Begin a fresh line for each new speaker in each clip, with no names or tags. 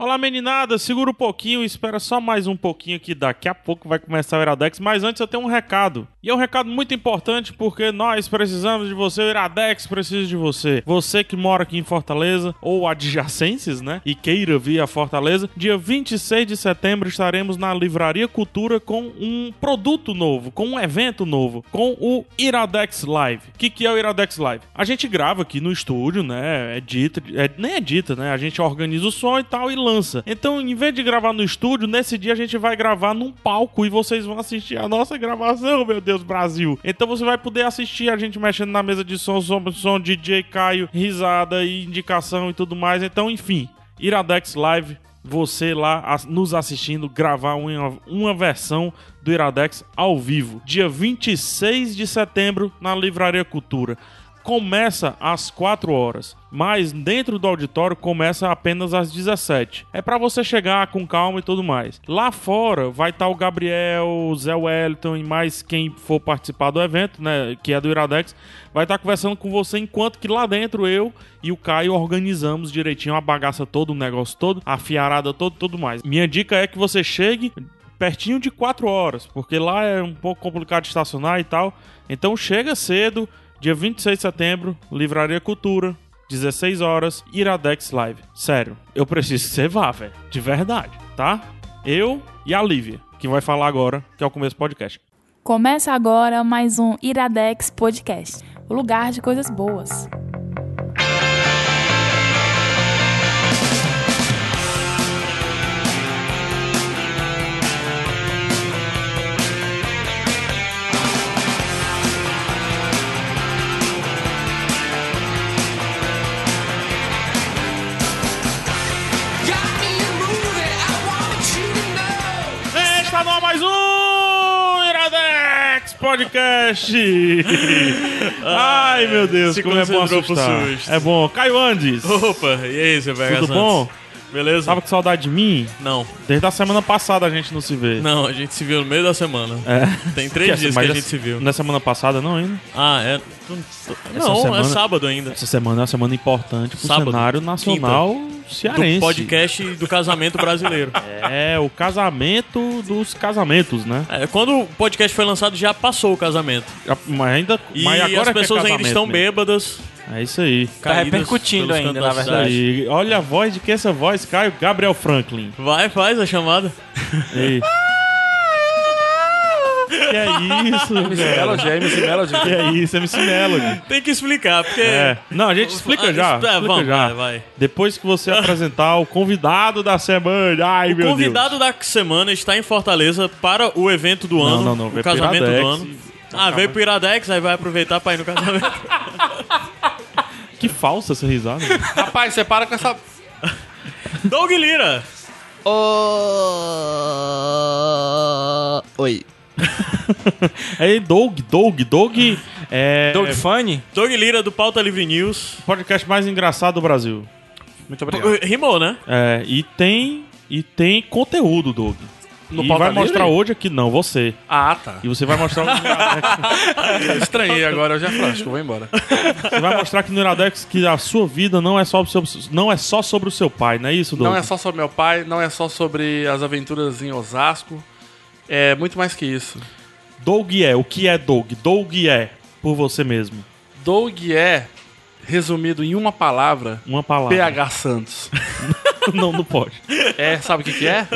Olá, meninada. Segura um pouquinho, espera só mais um pouquinho que daqui a pouco vai começar o Iradex. Mas antes eu tenho um recado. E é um recado muito importante porque nós precisamos de você, o Iradex precisa de você. Você que mora aqui em Fortaleza ou adjacentes, né? E queira vir a Fortaleza, dia 26 de setembro estaremos na Livraria Cultura com um produto novo, com um evento novo, com o Iradex Live. O que, que é o Iradex Live? A gente grava aqui no estúdio, né? Edita, é, nem edita, né? A gente organiza o som e tal e lança. Então, em vez de gravar no estúdio, nesse dia a gente vai gravar num palco e vocês vão assistir a nossa gravação, meu Deus, Brasil. Então você vai poder assistir a gente mexendo na mesa de som, som, som DJ Caio, risada e indicação e tudo mais. Então, enfim, Iradex Live, você lá as- nos assistindo, gravar uma, uma versão do Iradex ao vivo. Dia 26 de setembro, na Livraria Cultura. Começa às 4 horas, mas dentro do auditório começa apenas às 17. É pra você chegar com calma e tudo mais. Lá fora vai estar o Gabriel, o Zé Wellington e mais quem for participar do evento, né, que é do Iradex, vai estar conversando com você enquanto que lá dentro eu e o Caio organizamos direitinho a bagaça toda, o negócio todo, a fiarada toda, tudo mais. Minha dica é que você chegue pertinho de 4 horas, porque lá é um pouco complicado de estacionar e tal. Então chega cedo, dia 26 de setembro, Livraria Cultura, 16 horas, Iradex Live. Sério, eu preciso que você vá, velho, de verdade, tá? Eu e a Lívia, que vai falar agora, que é o começo do podcast.
Começa agora mais um Iradex Podcast, o lugar de coisas boas.
Got me a movie I wanted you to know.
Está no ar mais um Iradex Podcast. Ai, meu Deus,
Se
como é bom
concentrou pro
assustar.
susto.
É bom. Caio Andes,
Opa, e aí, seu Vega
tudo
Santos?
bom?
Beleza?
Tava com saudade de mim?
Não,
Desde a semana passada a gente não se vê.
não, a gente se viu no meio da semana.
É.
Tem três dias que
mas
a
essa-
gente se viu.
Não é semana passada não ainda?
Ah, é. Não,
semana-
é sábado ainda.
Essa semana é uma semana importante pro
Sábado,
cenário nacional cearense.
Do podcast do casamento brasileiro.
É, o casamento dos casamentos, né?
É, quando o podcast foi lançado, já passou o casamento.
Mas ainda.
E
mas agora
as
que é
pessoas ainda
casamento
estão
mesmo.
bêbadas.
É isso aí.
Tá
repercutindo ainda, na verdade.
E olha a voz de que essa voz, Caio Gabriel Franklin.
Vai, faz a chamada.
Ei. que é isso, cara?
Melody, é MC Melody.
Que é isso, MC Melody.
Tem que explicar, porque.
É. Não, a gente explica
Ah,
já.
isso- é,
explica
vamos,
já.
vai, vai.
Depois que você apresentar o convidado da semana. Ai, meu
Convidado da semana está em Fortaleza para o evento do ano.
não, não,
o
veio pro
casamento do
Iradex
ano. Ah, veio pro Iradex, aí vai aproveitar pra ir no casamento.
Deus. Que falsa essa risada.
Rapaz, você para com essa.
Doug Lira!
Oi.
Aí, É Doug, Doug, Doug. É.
Doug Funny?
Doug Lira do Pauta Livre News.
Podcast mais engraçado do Brasil.
Muito obrigado.
Rimou, né?
É, e tem. E tem conteúdo, Doug.
No
e
Pauta
vai
Livre?
mostrar hoje aqui, não, você.
Ah, tá.
E você vai mostrar no Iradex.
Eu estranhei agora, eu já falei, acho que eu vou embora.
Você vai mostrar aqui no Iradex que a sua vida não é só sobre, não é só sobre o seu pai, não é isso, Doug?
Não é só sobre meu pai, não é só sobre as aventuras em Osasco. É muito mais que isso.
Doug é. O que é Doug? Doug é por você mesmo.
Doug é, resumido em uma palavra,
Uma palavra.
PH Santos.
Não, não pode.
É, sabe o que, que é?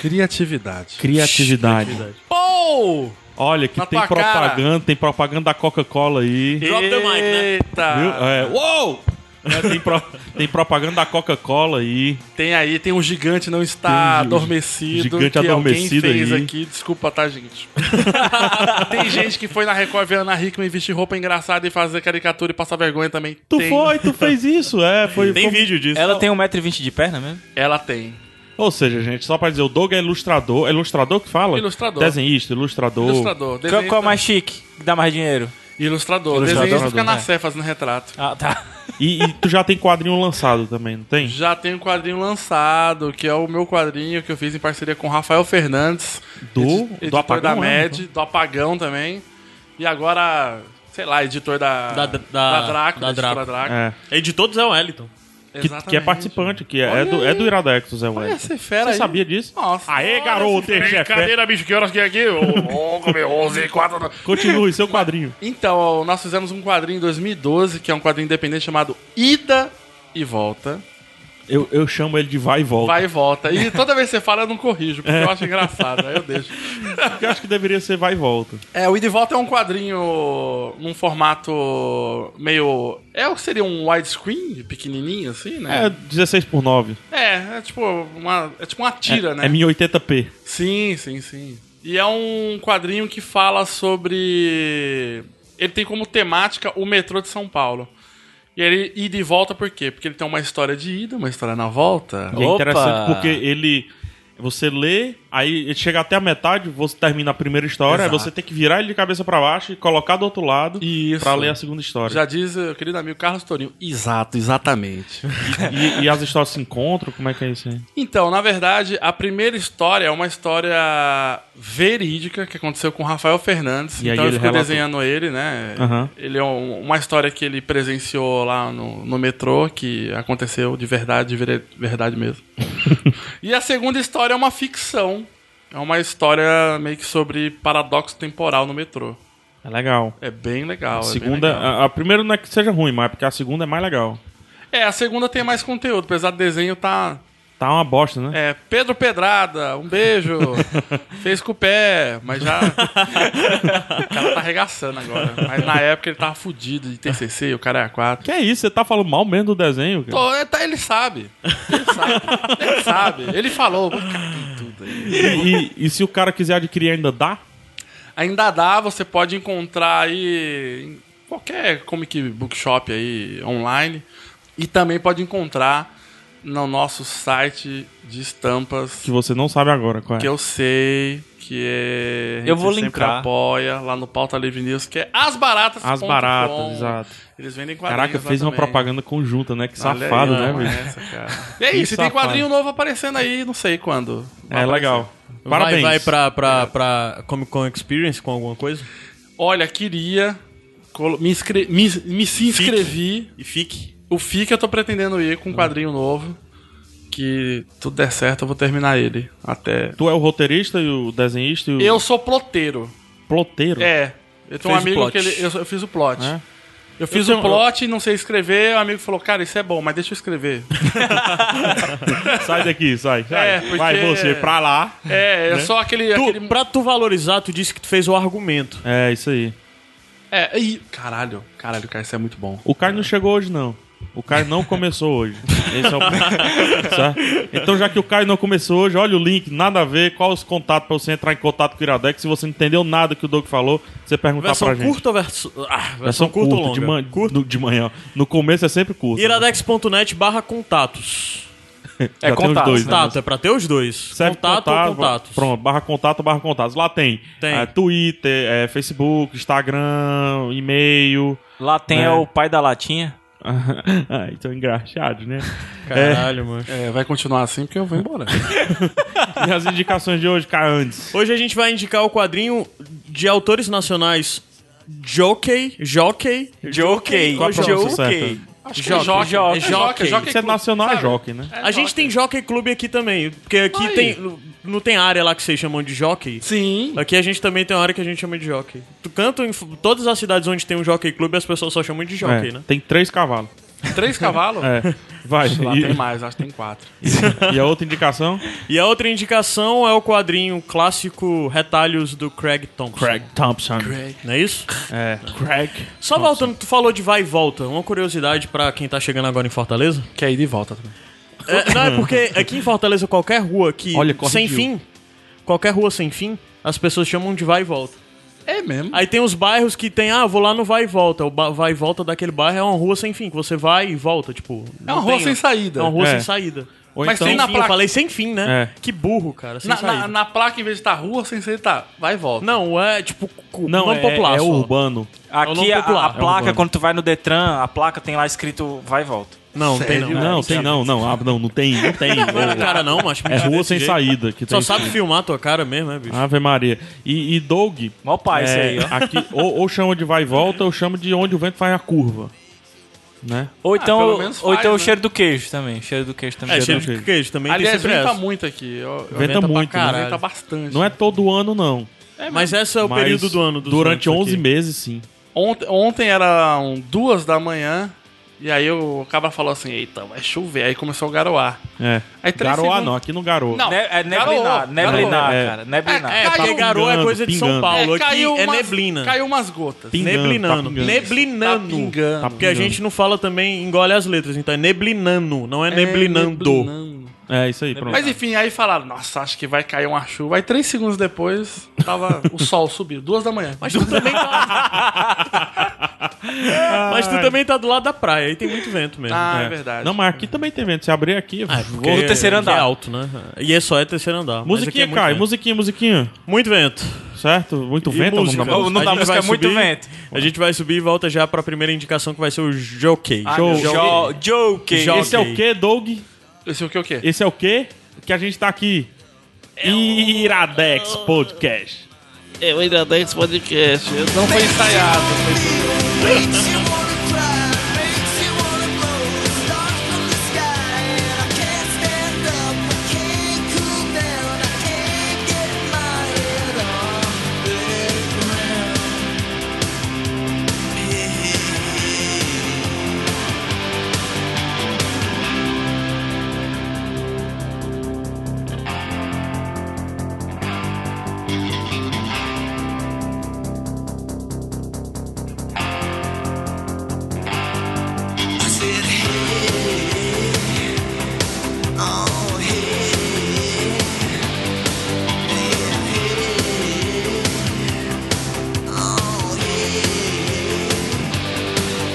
Criatividade.
Criatividade.
Pô!
Olha, que
Na
tem
tua
propaganda, tem propaganda da Coca-Cola aí.
Drop the mic, né?
Eita!
Viu? É, uou! É, tem, pro- tem propaganda da Coca-Cola aí.
Tem aí, tem um gigante não está
Tem um gi-
adormecido.
gigante
que
adormecido
alguém fez
aí.
aqui. Desculpa, tá, gente? tem gente que foi na Record ver Ana Hickman e vestir roupa engraçada e fazer caricatura e passar vergonha também.
Tu
Tem.
foi, tu fez isso, é, foi.
Tem
foi-
vídeo disso.
Ela tem
1,20m de perna mesmo?
Ela tem.
Ou seja, gente, só pra dizer, o Doug é ilustrador. É ilustrador que fala?
Ilustrador.
Desenhista, ilustrador.
Ilustrador.
Qual,
Desenho...
qual é o mais chique? Que dá mais dinheiro?
Ilustrador.
Ilustrador.
Desenho fica na
É.
Sé fazendo retrato.
Ah, tá.
E, e tu já tem quadrinho lançado também, não tem?
Já tem um quadrinho lançado, que é o meu quadrinho que eu fiz em parceria com Rafael Fernandes.
Do-
edi-
do
editor da
Apagão, é,
MED, do Apagão também. E agora, sei lá, editor da...
Da- da-
Drácula.
da
editor
Drácula.
É.
Editor do Zé Wellington.
que, que é
Exatamente.
participante, que é,
Olha
do, é do Iradex, o Zé Wellington.
essa fera
Você
aí.
sabia disso?
Nossa.
Aê, garoto, TGF.
Brincadeira, bicho, que horas que é aqui? Ô, louco, meu, 11 4... não.
Continue, seu quadrinho.
Então, nós fizemos um quadrinho em 2012, que é um quadrinho independente chamado Ida e Volta.
Eu, eu chamo ele de vai e volta.
Vai e volta. E toda vez que você fala, eu não corrijo, porque eu acho engraçado. Aí eu deixo.
Porque eu acho que deveria ser vai e volta.
É, o Ida e Volta é um quadrinho num formato meio. É o que seria um widescreen, pequenininho assim,
É,
né?
16 por 9.
É, é tipo uma, é tipo uma tira,
é,
né?
É 1080p.
Sim, sim, sim. E é um quadrinho que fala sobre. Ele tem como temática o metrô de São Paulo. E ele ida e volta por quê? Porque ele tem uma história de ida, uma história na volta.
E é
Opa!
interessante porque ele. Você lê, aí ele chega até a metade, você termina a primeira história, aí
Exato.
você tem que virar ele de cabeça pra baixo e colocar do outro lado
Isso.
pra ler a segunda história.
Já diz o querido amigo Carlos Torinho. Exato, exatamente.
E, e as histórias se encontram? Como é que é isso aí?
Então, na verdade, a primeira história é uma história verídica que aconteceu com o Rafael Fernandes.
E aí
então eu
ele
fico
relatou.
desenhando ele, né?
Aham.
Ele é um- uma história que ele presenciou lá no, no metrô, que aconteceu de verdade, de vere- verdade mesmo. e a segunda história é uma ficção. É uma história meio que sobre paradoxo temporal no metrô.
É legal.
É bem
A
legal. é bem
segunda.
legal.
A, a primeira não é que seja ruim, mas é porque a segunda é mais legal.
É, a segunda tem mais conteúdo, apesar do desenho tá
Tá uma bosta, né?
É, Pedro Pedrada, um beijo. Fez com o pé, mas já. o cara tá arregaçando agora. Mas na época ele tava fudido de TCC, o cara é a 4.
Que é isso? Você tá falando mal mesmo do desenho, cara?
Tô, é, tá, ele sabe. Ele sabe. Ele sabe. Ele falou. "Vou cagar em tudo aí."
E, e- e se o cara quiser adquirir ainda dá?
Ainda dá, você pode encontrar aí em qualquer comic bookshop aí online. E também pode encontrar no nosso site de estampas.
Que você não sabe agora qual é.
que eu sei que é, a
Eu vou
gente sempre
linkar.
apoia lá no Pauta Livre News, que é As Baratas.
As baratas, exato.
Eles vendem quadrinhos
Caraca, fez
lá
uma
também.
propaganda conjunta, né? Que
Olha aí,
safado, né,
não, é
bicho?
essa, cara. E é
Que
isso, e tem
safado.
quadrinho novo aparecendo aí, não sei quando. Vai
É
aparecer.
legal. Parabéns.
Vai, vai pra, pra, pra Comic Con Experience com alguma coisa?
Olha, queria... colo- Me, inscre... me, me se inscrevi.
E fique.
O FIC eu tô pretendendo ir com um quadrinho novo. Que tudo der certo, eu vou terminar ele. Até...
Tu é o roteirista e o desenhista e o
Eu sou ploteiro.
ploteiro.
É. Eu tenho um
Fez o
amigo
plot.
que ele. Eu, eu fiz o plot.
É?
Eu fiz
Eu
o
tenho-
plot e não sei escrever. O amigo falou, cara, isso é bom, mas deixa eu escrever.
Sai daqui, sai. sai.
porque-
Vai você pra lá.
é, é só aquele.
Tu-
aquele-
Pra tu valorizar, tu disse que tu fez o argumento.
É, isso aí.
É, e... Caralho, caralho, cara, isso é muito bom.
O Caio não chegou hoje, não. O Caio não começou hoje. Esse é o... Sabe? Então, já que o Caio não começou hoje, olha o link, nada a ver. Qual os contatos pra você entrar em contato com o Iradex? Se você não entendeu nada que o Doug falou, você perguntar
Versão
pra gente.
curta ou verso... ah, versão,
Versão
curta
curta,
ou longa?
de, man... do- de manhã. No começo é sempre curto.
Iradex.net barra contatos.
Já tem os
contato,
dois, né?
Contato, é pra ter os dois.
Serve
contato ou contatos?
Pronto, barra contato, barra contatos. Lá tem,
Tem.
eh, Twitter, eh, Facebook, Instagram, e-mail.
Lá tem
É.
o pai da latinha.
Ai, tô engraxado, né?
Caralho, mano.
É, vai continuar assim porque eu vou embora.
É, E as indicações de hoje, Caio, antes.
Hoje a gente vai indicar o quadrinho de autores nacionais Jockey, Jockey,
Jockey.
Qual é a
é
pronúncia
Jockey.
Acho
Jockey.
Jockey.
É
É Jockey.
Jockey.
Jockey
Isso é
Club,
nacional, é
sabe?
jockey, né?
A gente tem Jockey Clube aqui também, porque aqui
Aí.
tem não tem área lá que vocês chamam de Jockey.
Sim.
Aqui a gente também tem uma área que a gente chama de Jockey. Tu canta em f- todas as cidades onde tem um Jockey Clube, as pessoas só chamam de Jockey,
É,
né?
Tem três cavalos.
Três cavalos?
É. Vai,
Lá
e,
tem mais, acho que tem quatro.
e a outra indicação?
E a outra indicação é o quadrinho clássico Retalhos do Craig Thompson.
Thompson.
Não é isso?
É. Craig.
Só voltando, tu falou de vai e volta. Uma curiosidade pra quem tá chegando agora em Fortaleza.
Quer ir de volta também.
É, não, é porque aqui em Fortaleza, qualquer rua que.
Olha, corrigiu.
sem
um.
fim. Qualquer rua sem fim, as pessoas chamam de vai e volta.
É mesmo?
Aí tem os bairros que tem, ah, vou lá no vai e volta. O ba- vai e volta daquele bairro é uma rua sem fim, que você vai e volta, tipo.
É
não
uma rua
tem-
sem saída.
É uma rua
É.
sem saída.
Ou
Mas
então,
tem
sem
na
fim,
placa.
eu falei sem fim, né?
É.
Que burro, cara. Sem
Na,
saída.
na, na placa, em vez de estar rua, sem saída, tá. Vai e volta.
Não, é tipo. cu-
não,
nome
é,
popular
é
só.
urbano.
Aqui
nome
a,
popular.
a
É
placa,
urbano.
quando tu vai no Detran, a placa tem lá escrito vai e volta.
Não, não tem não.
Não, tem não, não. Ah, não, não tem, não tem.
Não é na cara não, macho.
É rua sem saída. Que
Só
tem
sabe filmar a tua cara mesmo, é, bicho?
Ave Maria. E, e Doug.
Mó pai isso
é,
Ah, aí, ó.
Aqui, ou, ou chama de vai e volta, ou chama de onde o vento faz a curva. né?
Ou então,
pelo menos
ou
faz,
então o
né?
cheiro do queijo também. O cheiro do queijo também.
É, cheiro
cheiro
de
de
queijo também
Aliás,
tem sempre é
venta
essa.
muito aqui. Eu- eu
Venta
pra
muito, né?
caralho. Venta bastante.
Não é todo ano, não.
Mas esse é o
Mas
período do ano dos
Durante
ventos
11
aqui.
meses, sim.
Ontem, ontem eram duas da manhã. E aí o cabra falou assim, eita, vai chover. Aí começou a garoar.
É.
Aí três
Garoa
segundos-
não, aqui não garoa.
Não,
Ne é neblinar,
garoou,
neblinar,
garoou.
cara. Neblinar.
É,
É, porque
Caiu
garoa é
pingando,
coisa de São
pingando.
Paulo.
É,
Aqui
caiu
é
umas-
neblina.
Caiu umas gotas.
Pingando, tá
Neblinando.
pingando.
Tá
Neblinando.
pingando.
Porque a gente não fala também, engole as letras, então é neblinando, não é neblinando.
neblinando.
É isso aí, pronto.
Mas enfim, aí falaram, nossa, acho que vai cair uma chuva. Aí três segundos depois, tava o sol subiu, duas da manhã.
Mas tu também tá. Mas tu também tá do lado da praia, aí tem muito vento mesmo.
Ah, é, verdade.
Não, mas aqui também tem vento. Se abrir aqui,
Porque
Vou no terceiro
É
andar.
alto, né? E é só é terceiro andar. mas aqui é
musiquinha,
muito
Caio.
vento.
Musiquinha, musiquinha.
Muito vento.
Certo? Muito
E
vento. é o nome da
música.
música?
O nome
A
da
gente
música é
vai
Muito
subir.
Vento.
A gente vai subir e volta já pra primeira indicação que vai ser o Jockey.
Ah,
Joe-
Jo- Joke.
Jo-
Esse é o quê, Doug?
Esse o que o quê?
Esse é o quê? Que a gente tá aqui. Iradex Podcast.
Não foi ensaiado.
Makes you wanna cry, makes you wanna blow. Stars from the sky, and I can't stand up, I can't cool down, I can't get my head on this ground. I said, hey, oh hey, yeah, hey, oh hey,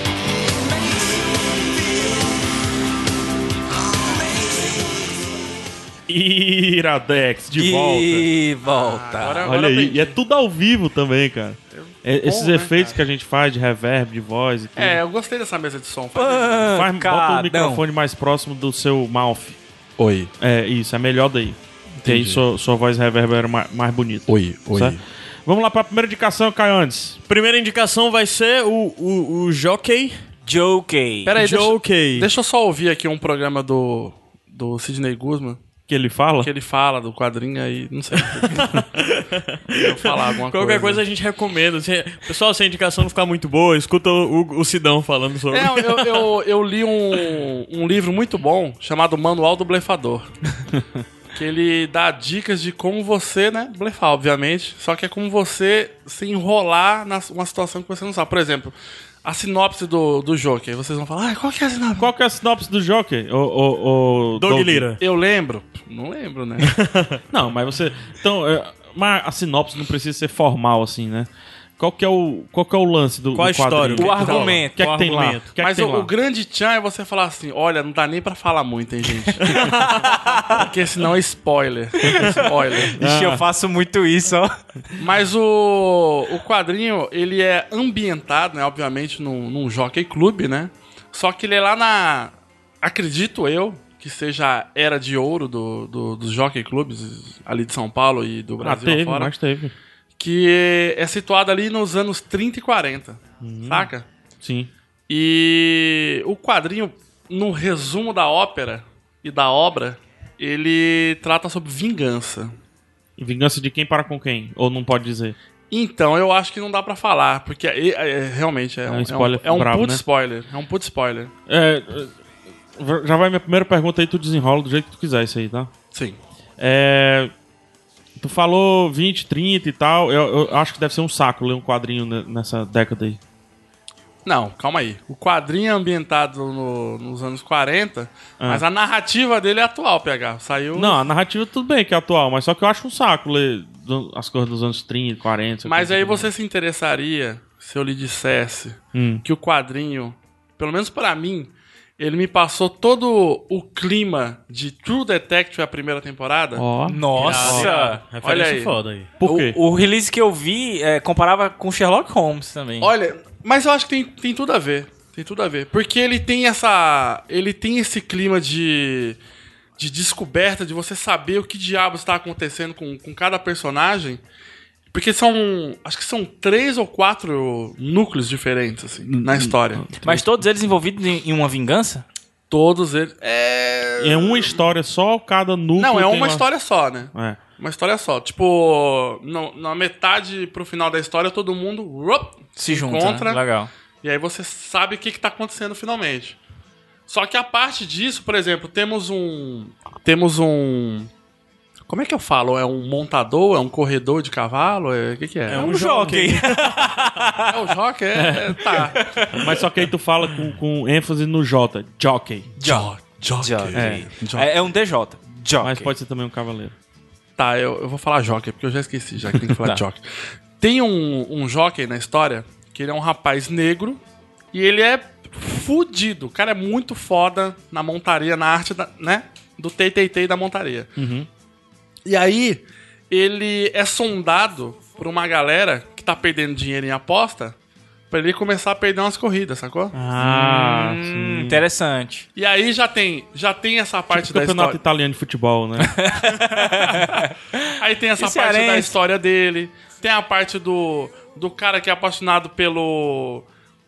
it makes you feel, oh makes you.
Iradex, de volta.
E volta.
Olha aí. E é tudo ao vivo também, cara. É, esses
né,
efeitos
cara?
que a gente faz de reverb, de voz e tudo.
É, eu gostei dessa mesa de som.
Faz, bota o
Pancadão.
microfone mais próximo do seu mouth.
Oi,
É, isso, é melhor daí. Porque aí sua, sua voz reverbera mais, mais bonita.
oi,
certo? Vamos lá pra primeira indicação, Caio Andes.
Primeira indicação vai ser o, o, o Jockey.
Joke.
Peraí, deixa,
Jockey.
deixa eu só ouvir aqui um programa do, do Sidney Guzman,
Que ele fala?
que ele fala do quadrinho aí, não sei. eu vou falar alguma
Qualquer coisa
coisa.
a gente recomenda. Se- Pessoal, se a indicação não ficar muito boa, escuta o, o Sidão falando sobre.
Não, É, eu, eu, eu li um, um livro muito bom chamado Manual do Blefador. que ele dá dicas de como você, né, blefar, obviamente. Só que é como você se enrolar na- numa situação que você não sabe. Por exemplo, a sinopse do, do Joker. Vocês vão falar, ah, qual que é a sinopse?
Qual que é a sinopse do Joker? O, o, o
Doug Lira.
Eu lembro. Não lembro, né?
Não, mas você. Então, é, mas a sinopse não precisa ser formal, assim, né? Qual que é o, qual que é o lance do,
Qual a
do quadrinho?
história?
O
ar-
O
argumento.
que é que tem lá? O
argumento.
que é que
Mas
tem
o,
lá?
o grande tchan é você falar assim: olha, não dá nem pra falar muito, hein, gente? Porque senão é spoiler. spoiler.
Ixi, eu faço muito isso, ó.
Mas o, o quadrinho, ele é ambientado, né? Obviamente, num, num jockey clube, né? Só que ele é lá na. Acredito eu que seja a era de ouro do, do- dos jockey clubes ali de São Paulo e do
Ah,
Brasil
teve,
afora.
mas teve.
Que é situado ali nos anos 30 e 40.
Uhum.
Saca?
Sim.
E o quadrinho, no resumo da ópera e da obra, ele trata sobre vingança.
E Vingança de quem para com quem? Ou não pode dizer?
Então, eu acho que não dá pra falar, porque é- é- é- realmente é,
É um
um,
spoiler
é um, é um
brabo,
puto
né?
spoiler. É um puto spoiler.
É, é, já vai minha primeira pergunta aí, tu desenrola do jeito que tu quiser isso aí, tá?
Sim.
É, tu falou 20, 30 e tal. Eu, eu acho que deve ser um saco ler um quadrinho ne- nessa década aí.
Não, calma aí. O quadrinho é ambientado no- nos anos 40,
Ah.
mas a narrativa dele é atual, PH. Saiu.
Não, a narrativa tudo bem que é atual, mas só que eu acho um saco ler do- as coisas dos anos 30, 40. sei
Mas
lá.
aí você se interessaria se eu lhe dissesse
Hum.
que o quadrinho, pelo menos pra mim, ele me passou todo o clima de True Detective a primeira temporada.
Ó.
Nossa.
Referência
olha aí.
foda aí.
Por quê?
O, o release que eu vi é, comparava com Sherlock Holmes também.
Olha, mas eu acho que tem, tem tudo a ver. Tem tudo a ver. Porque ele tem essa. Ele tem esse clima de. De descoberta, de você saber o que diabos está acontecendo com, com cada personagem. Porque são. Acho que são três ou quatro núcleos diferentes, assim, na história.
Mas todos eles envolvidos em em uma vingança?
Todos eles. É.
É uma história só, cada núcleo.
Não, é
Um tem
uma história só, né?
É.
Uma história só. Tipo, no- na metade pro final da história, todo mundo uop,
Se juntam.
encontra.
Né? Legal.
E aí você sabe o que, que tá acontecendo finalmente. Só que a parte disso, por exemplo, temos um. Temos um. Como é que eu falo? É um montador? É um corredor de cavalo? É, o que, que é?
É um jockey.
É o jockey? É, é, tá.
Mas só que aí tu fala com, com ênfase no J, jockey.
Jo-
Jockey.
Jockey.
Jockey.
É, é um DJ. Jockey.
Mas pode ser também um cavaleiro.
Tá, eu, eu vou falar jockey, porque eu já esqueci, já que tem que falar
Tá.
de jockey. Tem um, um jockey na história que ele é um rapaz negro e ele é fudido. O cara é muito foda na montaria, na arte da, né? do TTT da montaria.
Uhum.
E aí, ele é sondado por uma galera que tá perdendo dinheiro em aposta pra ele começar a perder umas corridas, sacou?
Ah,
Hum, interessante.
E aí já tem, já tem essa parte da
É tipo Campeonato
história.
italiano de futebol, né?
Aí tem essa
E
parte da
cearense?
história dele. Tem a parte do, do cara que é apaixonado pelo.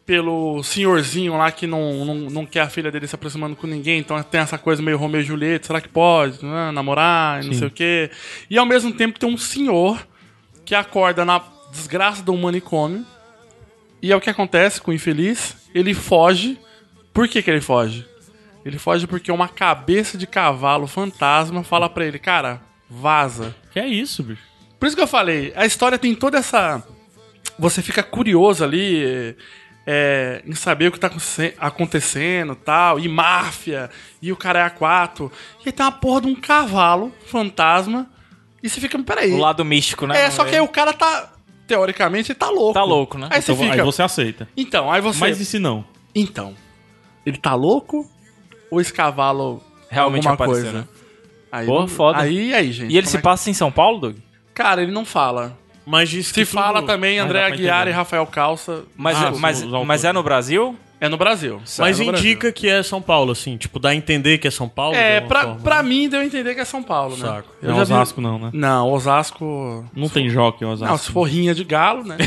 pelo senhorzinho lá que não, não, não quer a filha dele se aproximando com ninguém. Então tem essa coisa meio Romeu e Julieta, será que pode? né, Namorar, e não sei o quê. E ao mesmo tempo tem um senhor que acorda na desgraça do manicômio. E é o que acontece com o infeliz. Ele foge. Por que, que ele foge? Ele foge porque uma cabeça de cavalo fantasma fala pra ele, cara, vaza.
que é isso, bicho.
Por isso que eu falei, a história tem toda essa. Você fica curioso ali é, é, em saber o que tá aconte- acontecendo tal, e máfia, e o cara é a quatro. E aí tem uma porra de um cavalo fantasma, e você fica, peraí.
O lado místico, né?
é, só que aí o cara tá. Teoricamente, ele tá louco.
Tá louco, né?
Aí você
Então,
fica.
Aí você aceita.
Então, aí você.
Mas e se não?
Então, ele tá louco? Ou esse cavalo é
Realmente
alguma
apareceu,
coisa?
né?
Aí,
Boa,
não-
foda.
Aí, aí, gente.
E ele
como
se
é que-
passa em São Paulo, Doug?
Cara, ele não fala.
Mas diz
Se
que
fala
tudo-
também André
dá pra
Aguiar
entender.
e Rafael Calça.
Mas,
Ah,
mas,
os- os autores.
mas é no Brasil?
É no Brasil.
Mas
é no
indica que é São Paulo, assim. Tipo, dá a entender que é São Paulo.
Brasil. É,
de alguma
pra,
forma,
pra
né?
mim deu a entender que é São Paulo, né?
Saco.
Eu
não
já
é
vi-
Osasco, não, né?
Não, Osasco.
Não tem jockey em Osasco.
Não, se for rinha de galo, né?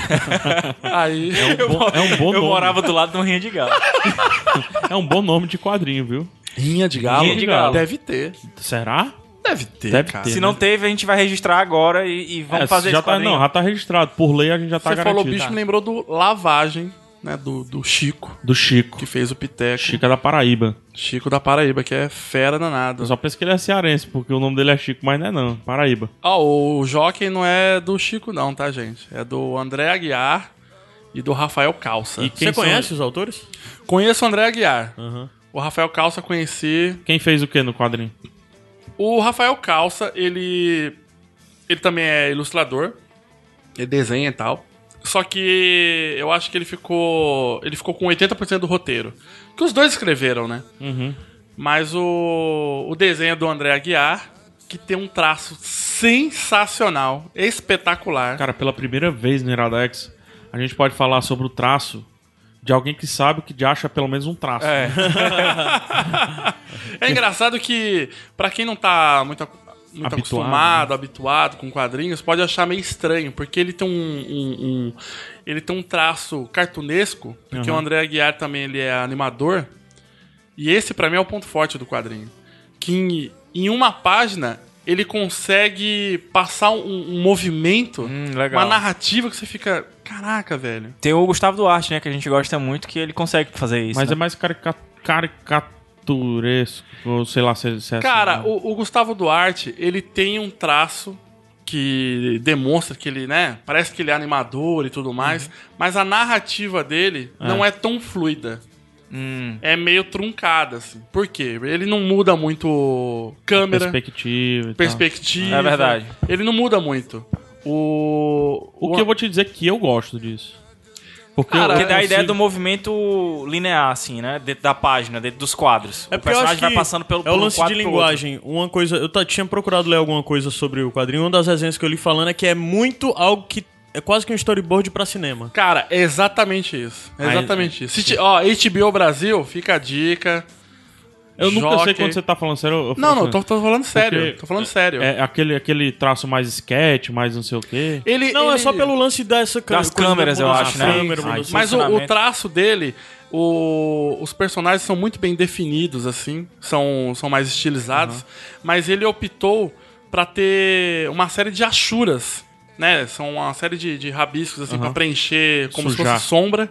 Aí.
é um bom
Eu
nome.
morava do lado do Rinha de Galo.
É um bom nome de quadrinho, viu?
Rinha de galo?
Rinha de galo.
Deve ter.
Será?
Deve ter,
Deve
cara.
ter. né?
Se não teve, a gente vai registrar agora e, e vamos
É,
fazer
já
esse
tá,
quadrinho.
Não, já tá registrado. Por lei a gente já tá
Você
garantido.
falou bicho, né? me lembrou do Lavagem, né? Do, do Chico,
Do Chico.
que fez o Piteco.
Chico é da Paraíba.
Chico da Paraíba, que é fera danada.
Eu só penso que ele é cearense, porque o nome dele é Chico, mas não é não. Paraíba.
Ó, Ah, o Jockey não é do Chico, não, tá, gente? É do André Aguiar e do Rafael Calça.
E-
Você
Quem são-
conhece os autores?
Conheço o André Aguiar.
Aham.
O Rafael Calça conheci.
Quem fez o que no quadrinho?
O Rafael Calça, ele. Ele também é ilustrador. Ele desenha e tal. Só que eu acho que ele ficou. Ele ficou com 80% do roteiro. Que os dois escreveram, né?
Uhum.
Mas o, o desenho é do André Aguiar, que tem um traço sensacional, espetacular.
Cara, pela primeira vez no Iradex, a gente pode falar sobre o traço de alguém que sabe que de acha pelo menos um traço.
É. é engraçado que, pra quem não tá muito, ac- muito
Habituado,
acostumado, habituado com quadrinhos, pode achar meio estranho, porque ele tem um. um- um- ele tem um traço cartunesco, porque o André Aguiar também ele é animador. E esse, pra mim, é o ponto forte do quadrinho. Que em, em uma página ele consegue passar um, um movimento,
legal.
uma narrativa que você fica. Caraca, velho.
Tem o Gustavo Duarte, né? Que a gente gosta muito, que ele consegue fazer isso.
Mas
né?
é mais carica- caricaturesco, ou sei lá se, se é
Cara,
assim, né?
o, o Gustavo Duarte, ele tem um traço que demonstra que ele, né? Parece que ele é animador e tudo mais,
Uhum.
mas a narrativa dele não é tão fluida.
Hum,
É meio truncada, assim. Por quê? Ele não muda muito câmera,
perspectiva. e tal.
perspectiva.
É verdade.
Ele não muda muito. O.
O que eu vou te dizer é que eu gosto disso. Porque
Cara,
eu-
Porque dá a
eu
ideia
sigo-
do movimento linear, assim, né? Dentro da página, dentro dos quadros.
é
o
porque eu acho
personagem vai
que
passando pelo
É o
pelo
lance de
quadro pro outro.
linguagem. Uma coisa. Eu ta- tinha procurado ler alguma coisa sobre o quadrinho. Uma das resenhas que eu li falando é que é muito algo que. É quase que um storyboard pra cinema.
Cara, é exatamente isso. É
Aí-
exatamente isso. Se ti- ó, HBO Brasil, fica a dica.
Eu nunca sei
Jockey.
quando você tá falando sério. eu- eu
Não,
falo
não, tô, tô falando sério.
Porque-
Tô falando sério.
É aquele, aquele traço mais sketch, mais não sei o quê.
Ele,
Não, é
ele-
só pelo lance dessa câmera.
Das câmeras, eu acho, né?
Câmera,
Sim,
mudou
sim.
sua-
Mas o, o
funcionamento.
traço dele, o- os personagens são muito bem definidos, assim. São, são mais estilizados. Mas ele optou pra ter uma série de achuras, né? São uma série de, de rabiscos, assim, pra preencher como se
Sujar.
fosse sombra.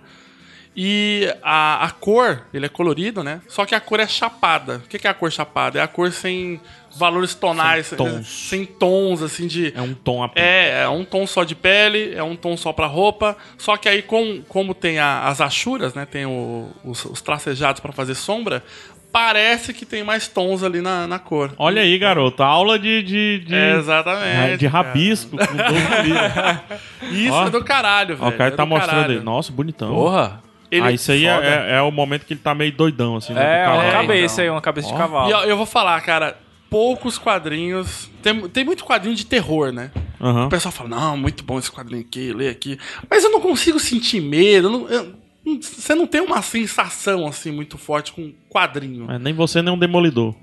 E a, a cor, ele é colorido, né? Só que a cor é chapada. O que que é a cor chapada? É a cor sem valores tonais, sem
tons.
tons, assim, de...
É um tom a...
É, é um tom só de pele, é um tom só pra roupa. Só que aí, com, como tem a- as achuras, né? Tem o- os, os tracejados pra fazer sombra, parece que tem mais tons ali na, na cor.
Olha aí, garoto. Aula de. de, de...
É, exatamente.
de
cara.
rabisco com dois
Isso
Ó.
é do caralho, velho.
Ó, O cara
é
tá
do
mostrando
caralho.
aí. Nossa, bonitão.
Porra.
Ele-
ah, isso aí é,
foda.
é- é o momento que ele tá meio doidão, assim. né,
É,
do
uma
cavalo.
cabeça aí, uma cabeça de
é-
E
cavalo.
ó, eu vou falar, cara, poucos quadrinhos. Tem, tem muito quadrinho de terror, né?
Aham.
O pessoal fala, não, muito bom esse quadrinho aqui, lê aqui. Mas eu não consigo sentir medo. eu não- eu- não- você não tem uma sensação assim muito forte com quadrinho.
Mas nem você, nem um demolidor.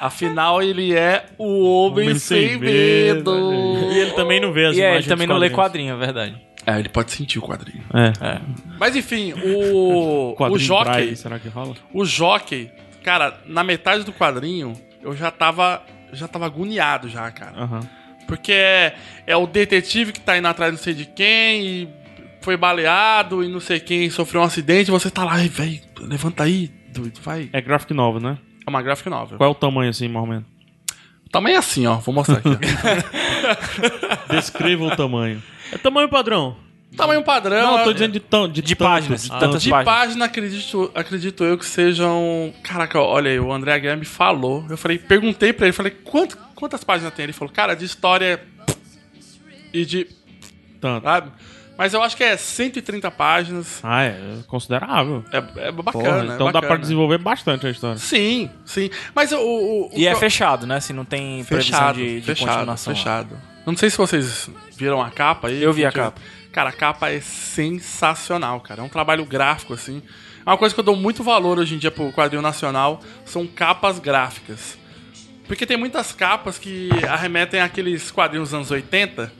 Afinal, ele é o homem,
Homem sem né?
sem,
medo,
medo.
E ele também não vê as
E é,
imagens
ele também não lê
dos quadrinhos.
quadrinho, é verdade.
É, ele pode sentir o quadrinho.
É.
Mas enfim, o,
É.
o jockey,
Braille, será que rola?
o jockey, cara, na metade do quadrinho, eu já tava, já tava agoniado já, cara.
Aham.
Porque é, é o detetive que tá indo atrás não sei de quem e foi baleado e não sei quem sofreu um acidente. e Você tá lá, "Ai, velho, levanta aí, doido, vai.
É graphic novel, né?
É uma gráfica nova.
Qual é o tamanho, assim, mais ou menos?
Tamanho assim, ó, vou mostrar aqui. ó.
Descreva o tamanho.
É tamanho padrão.
Tamanho padrão.
Não, eu tô
é-
dizendo de, tão, de,
De
tanto,
páginas,
de
tantas
tanto.
De
páginas.
página, acredito, acredito eu que sejam. Caraca, olha aí, o André Aguiar me falou. Eu falei, perguntei pra ele, falei, "Quanto- quantas páginas tem? Ele falou, cara, de história e de.
Tanto.
Sabe? Mas eu acho que é 130 páginas.
Ah, é considerável.
É, é bacana.
Porra,
é
então dá pra
bacana.
desenvolver bastante a história.
Sim, sim. Mas o. o- o-
E
o-
é fechado, né? Se não tem previsão
Então, fechado.
de, de
fechado,
continuação.
Fechado. Eu Não sei se vocês viram a capa aí.
Eu vi a
Porque,
capa.
Cara, a capa é sensacional, cara. É um trabalho gráfico, assim. É uma coisa que eu dou muito valor hoje em dia pro quadrinho nacional, são capas gráficas. Porque tem muitas capas que arremetem àqueles quadrinhos dos anos 80,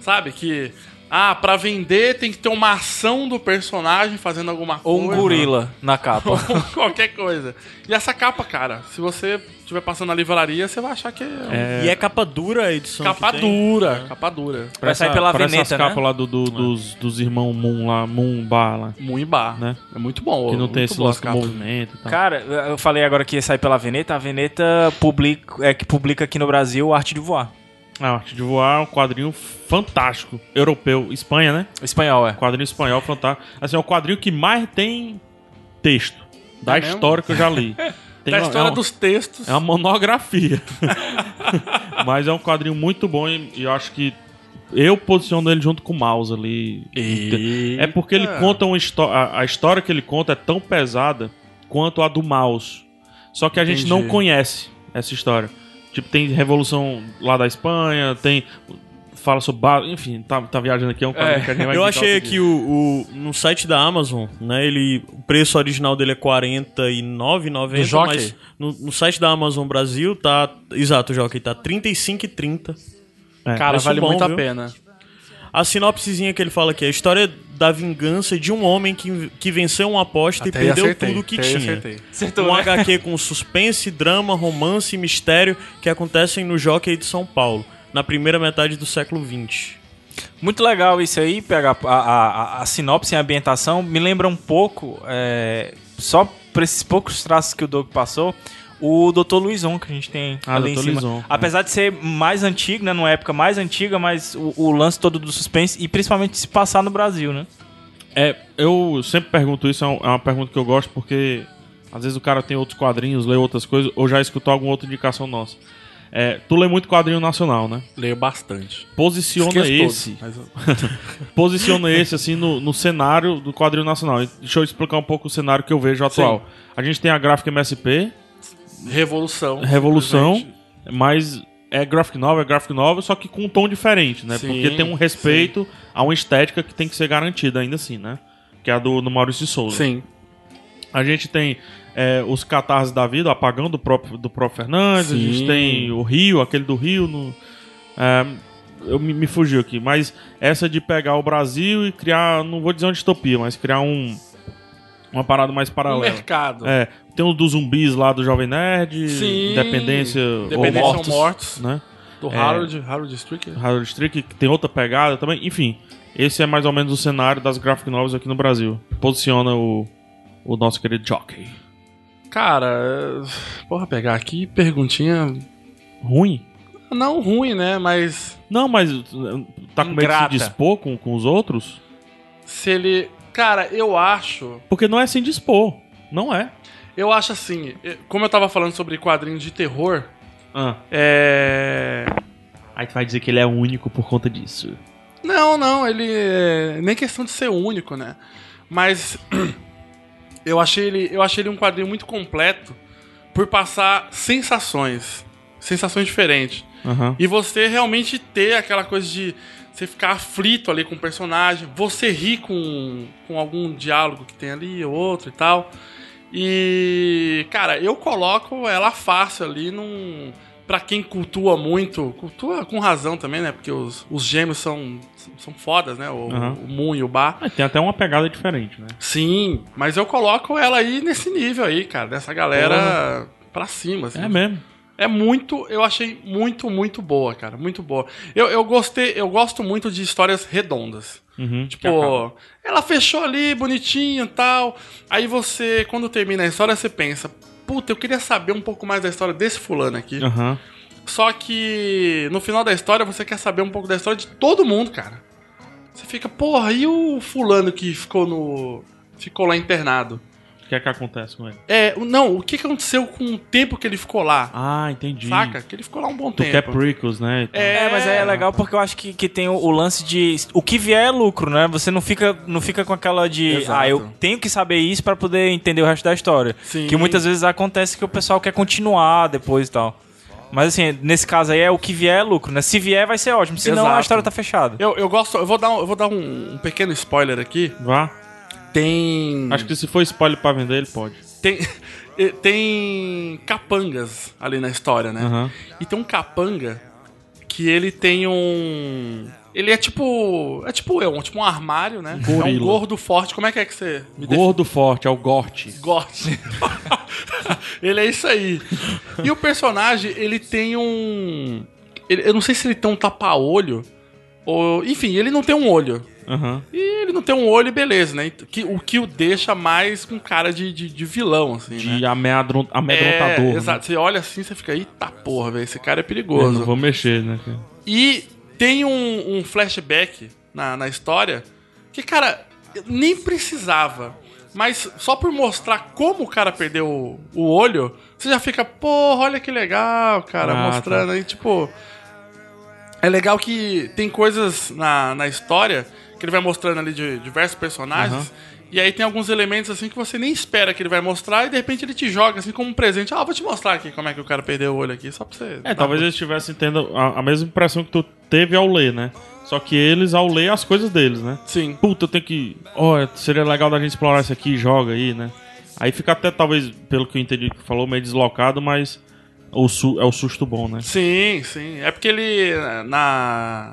sabe? Que, ah, pra vender tem que ter uma ação do personagem fazendo alguma
Ou
coisa.
um gorila na capa.
Ou qualquer coisa. E essa capa, cara, se você estiver passando na livraria, você vai achar que é, um
E é capa dura a edição.
capa
que tem.
dura. Capa dura.
Vai sair
Essa-
pela
parece
Veneta,
as capas
né?
lá do, do- dos, dos irmãos Moon lá, Moon Bar lá.
Muimbá.
Né?
É muito bom.
Que não
muito
tem esse
boa
lance
as
do
capas.
movimento e tal.
Cara, eu falei agora que ia sair pela Veneta. A Veneta publica, é que publica aqui no Brasil a Arte de Voar.
A Arte de Voar é um quadrinho fantástico. Europeu. Espanha, né?
Espanhol, é.
Quadrinho espanhol fantástico. Assim, é o quadrinho que mais tem texto. Da
É mesmo?
história que eu já li. Tem
Da
uma-
história
é um-
dos textos.
É uma monografia. Mas é um quadrinho muito bom e e eu acho que eu posiciono ele junto com o Mouse ali. É porque ele conta uma história. A história que ele conta é tão pesada quanto a do Mouse. Só que a gente
Entendi.
não conhece essa história. Tipo, tem Revolução lá da Espanha, tem. Fala sobre. ba- Enfim, tá, tá viajando aqui, é um quadrinho que a gente vai
Eu
indicar
achei
outro dia.
aqui o, o- no site da Amazon, né? Ele o preço original dele é
Do
49,90,
Jockey?
mas no, no site da Amazon Brasil tá, exato, Jockey tá 35,30.
É,
Cara,
preço
vale
bom,
muito
viu?
a pena.
A sinopsezinha que ele fala aqui é a história da vingança de um homem que, que venceu uma aposta e
Até aí
perdeu
acertei,
tudo que
até aí
tinha.
acertei.
um HQ com suspense, drama, romance e mistério que acontecem no Jockey de São Paulo, na primeira metade do século XX.
Muito legal isso aí, pegar a, a- a- a sinopse e a ambientação. Me lembra um pouco, é, só por esses poucos traços que o Doug passou, o Dr. Luizon que a gente tem
Ah, Dr.
ali em cima.
Luizon,
Apesar de ser mais antigo, né, numa época mais antiga, mas o, o lance todo do suspense e principalmente se passar no Brasil, né?
É, eu sempre pergunto isso, é um- é uma pergunta que eu gosto, porque às vezes o cara tem outros quadrinhos, lê outras coisas, ou já escutou alguma outra indicação nossa. É, tu lê muito quadrinho nacional, né?
Leio bastante.
Posiciona
Esqueço todos,
esse.
mas eu-
Posiciona esse, assim, no, no cenário do quadrinho nacional. E Deixa eu explicar um pouco o cenário que eu vejo atual.
Sim.
A gente tem a gráfica MSP,
Revolução.
Revolução,
simplesmente.
mas é graphic novel, é graphic novel, só que com um tom diferente, né?
Sim,
Porque tem um respeito a uma estética que tem que ser garantida ainda assim, né? Que é a do, do Maurício de Souza.
Sim.
A gente tem é, os catarses da vida, o apagão do próprio, do próprio Fernandes, a gente
Sim.
tem o Rio, aquele do Rio. No, é, eu me, me fugiu aqui, mas essa de pegar o Brasil e criar, não vou dizer uma distopia, mas criar um uma parada mais
O
paralela.
mercado.
É, tem o dos zumbis lá do Jovem Nerd,
Sim.
Independência,
Independência
ou
ou
mortos,
Mortos.
né?
Do
É.
Harold, Harold Stricker.
Harold Strick, que tem outra pegada também. Enfim, esse é mais ou menos o cenário das graphic novels aqui no Brasil. Posiciona o, o nosso querido Jockey.
Cara, é, porra, pegar aqui perguntinha.
Ruim?
Não ruim, né? Mas
Não, mas uh, tá com medo
Ingrata.
de se dispor com, com os outros?
se ele. Cara, eu acho.
Porque não é se dispor. Não é.
Eu acho assim. eh, Como eu tava falando sobre quadrinhos de terror,
Ah.
é.
Aí tu vai dizer que ele é único por conta disso.
Não, não, ele. é- Nem questão de ser único, né? Mas. Eu achei ele, eu achei ele um quadrinho muito completo por passar sensações. Sensações diferentes.
Aham.
E você realmente ter aquela coisa de você ficar aflito ali com o personagem, você rir com, com algum diálogo que tem ali, outro e tal. E, cara, eu coloco ela fácil ali num. Pra quem cultua muito, cultua com razão também, né? Porque os, os gêmeos são, são fodas, né? O,
Aham.
o Moon e o Bar.
Mas Ah, tem até uma pegada diferente, né?
Sim, mas eu coloco ela aí nesse nível aí, cara, dessa galera pra cima, assim.
É mesmo.
É muito, eu achei muito, muito boa, cara. Muito boa. Eu, eu gostei, eu gosto muito de histórias redondas.
Uhum.
Tipo, ela fechou ali, bonitinho e tal. Aí você, quando termina a história, você pensa, puta, eu queria saber um pouco mais da história desse fulano aqui.
Aham.
Só que no final da história você quer saber um pouco da história de todo mundo, cara. Você fica, porra, e o fulano que ficou no. ficou lá internado?
O que é que acontece com ele?
É, o- não, o que que aconteceu com o tempo que ele ficou lá?
Ah, entendi.
Saca? Que ele ficou lá um bom
Tu
tempo.
quer prequels, né? e tal.
É,
É, mas aí é legal porque eu acho que, que tem o, o lance de. O que vier é lucro, né? Você não fica, não fica com aquela de.
Exato.
Ah, eu tenho que saber isso pra poder entender o resto da história.
Sim.
Que muitas vezes acontece que o pessoal quer continuar depois e tal. Mas assim, nesse caso aí é o que vier é lucro, né? Se vier, vai ser ótimo. Senão
Exato.
a história tá fechada.
Eu, eu gosto, eu vou dar, um- eu vou dar um, um pequeno spoiler aqui.
Vá.
Tem.
Acho que se for spoiler pra vender, ele pode.
tem, eh, tem capangas ali na história, né?
Aham.
E tem um capanga que ele tem um. Ele é tipo. É tipo eu, tipo um armário, né? É um
Gorila.
gordo forte. Como é que é que você me
Gordo forte, é o Gorte.
Goste. ele é isso aí. E o personagem, ele tem um. ele- eu não sei se ele tem um tapa-olho. Ou, enfim, ele não tem um olho.
Aham.
E ele não tem um olho, e beleza, né? Que, o que o deixa mais com cara de, de, de vilão, assim, né?
De ameadron- amedrontador.
É,
né?
exato. Você olha assim, você fica, eita porra, velho, esse cara
Eu
é perigoso.
não vou mexer, né? cara?
E tem um, um flashback na, na história que, cara, eu nem precisava. Mas só por mostrar como o cara perdeu o, o olho, você já fica, porra, olha que legal, cara,
Ah,
mostrando aí, tipo. É legal que tem coisas na, na história que ele vai mostrando ali de diversos personagens. E aí tem alguns elementos assim que você nem espera que ele vai mostrar e de repente ele te joga assim como um presente. Ah, vou te mostrar aqui como é que o cara perdeu o olho aqui, só pra você.
É, talvez eles estivessem tendo a, a mesma impressão que tu teve ao ler, né? Só que eles, ao ler, as coisas deles, né?
Sim.
Puta, eu tenho que. Olha, seria legal da gente explorar isso aqui, joga aí, né? Aí fica até, talvez, pelo que eu entendi que falou, meio deslocado, mas o su- é o susto bom, né?
Sim, sim. É porque ele na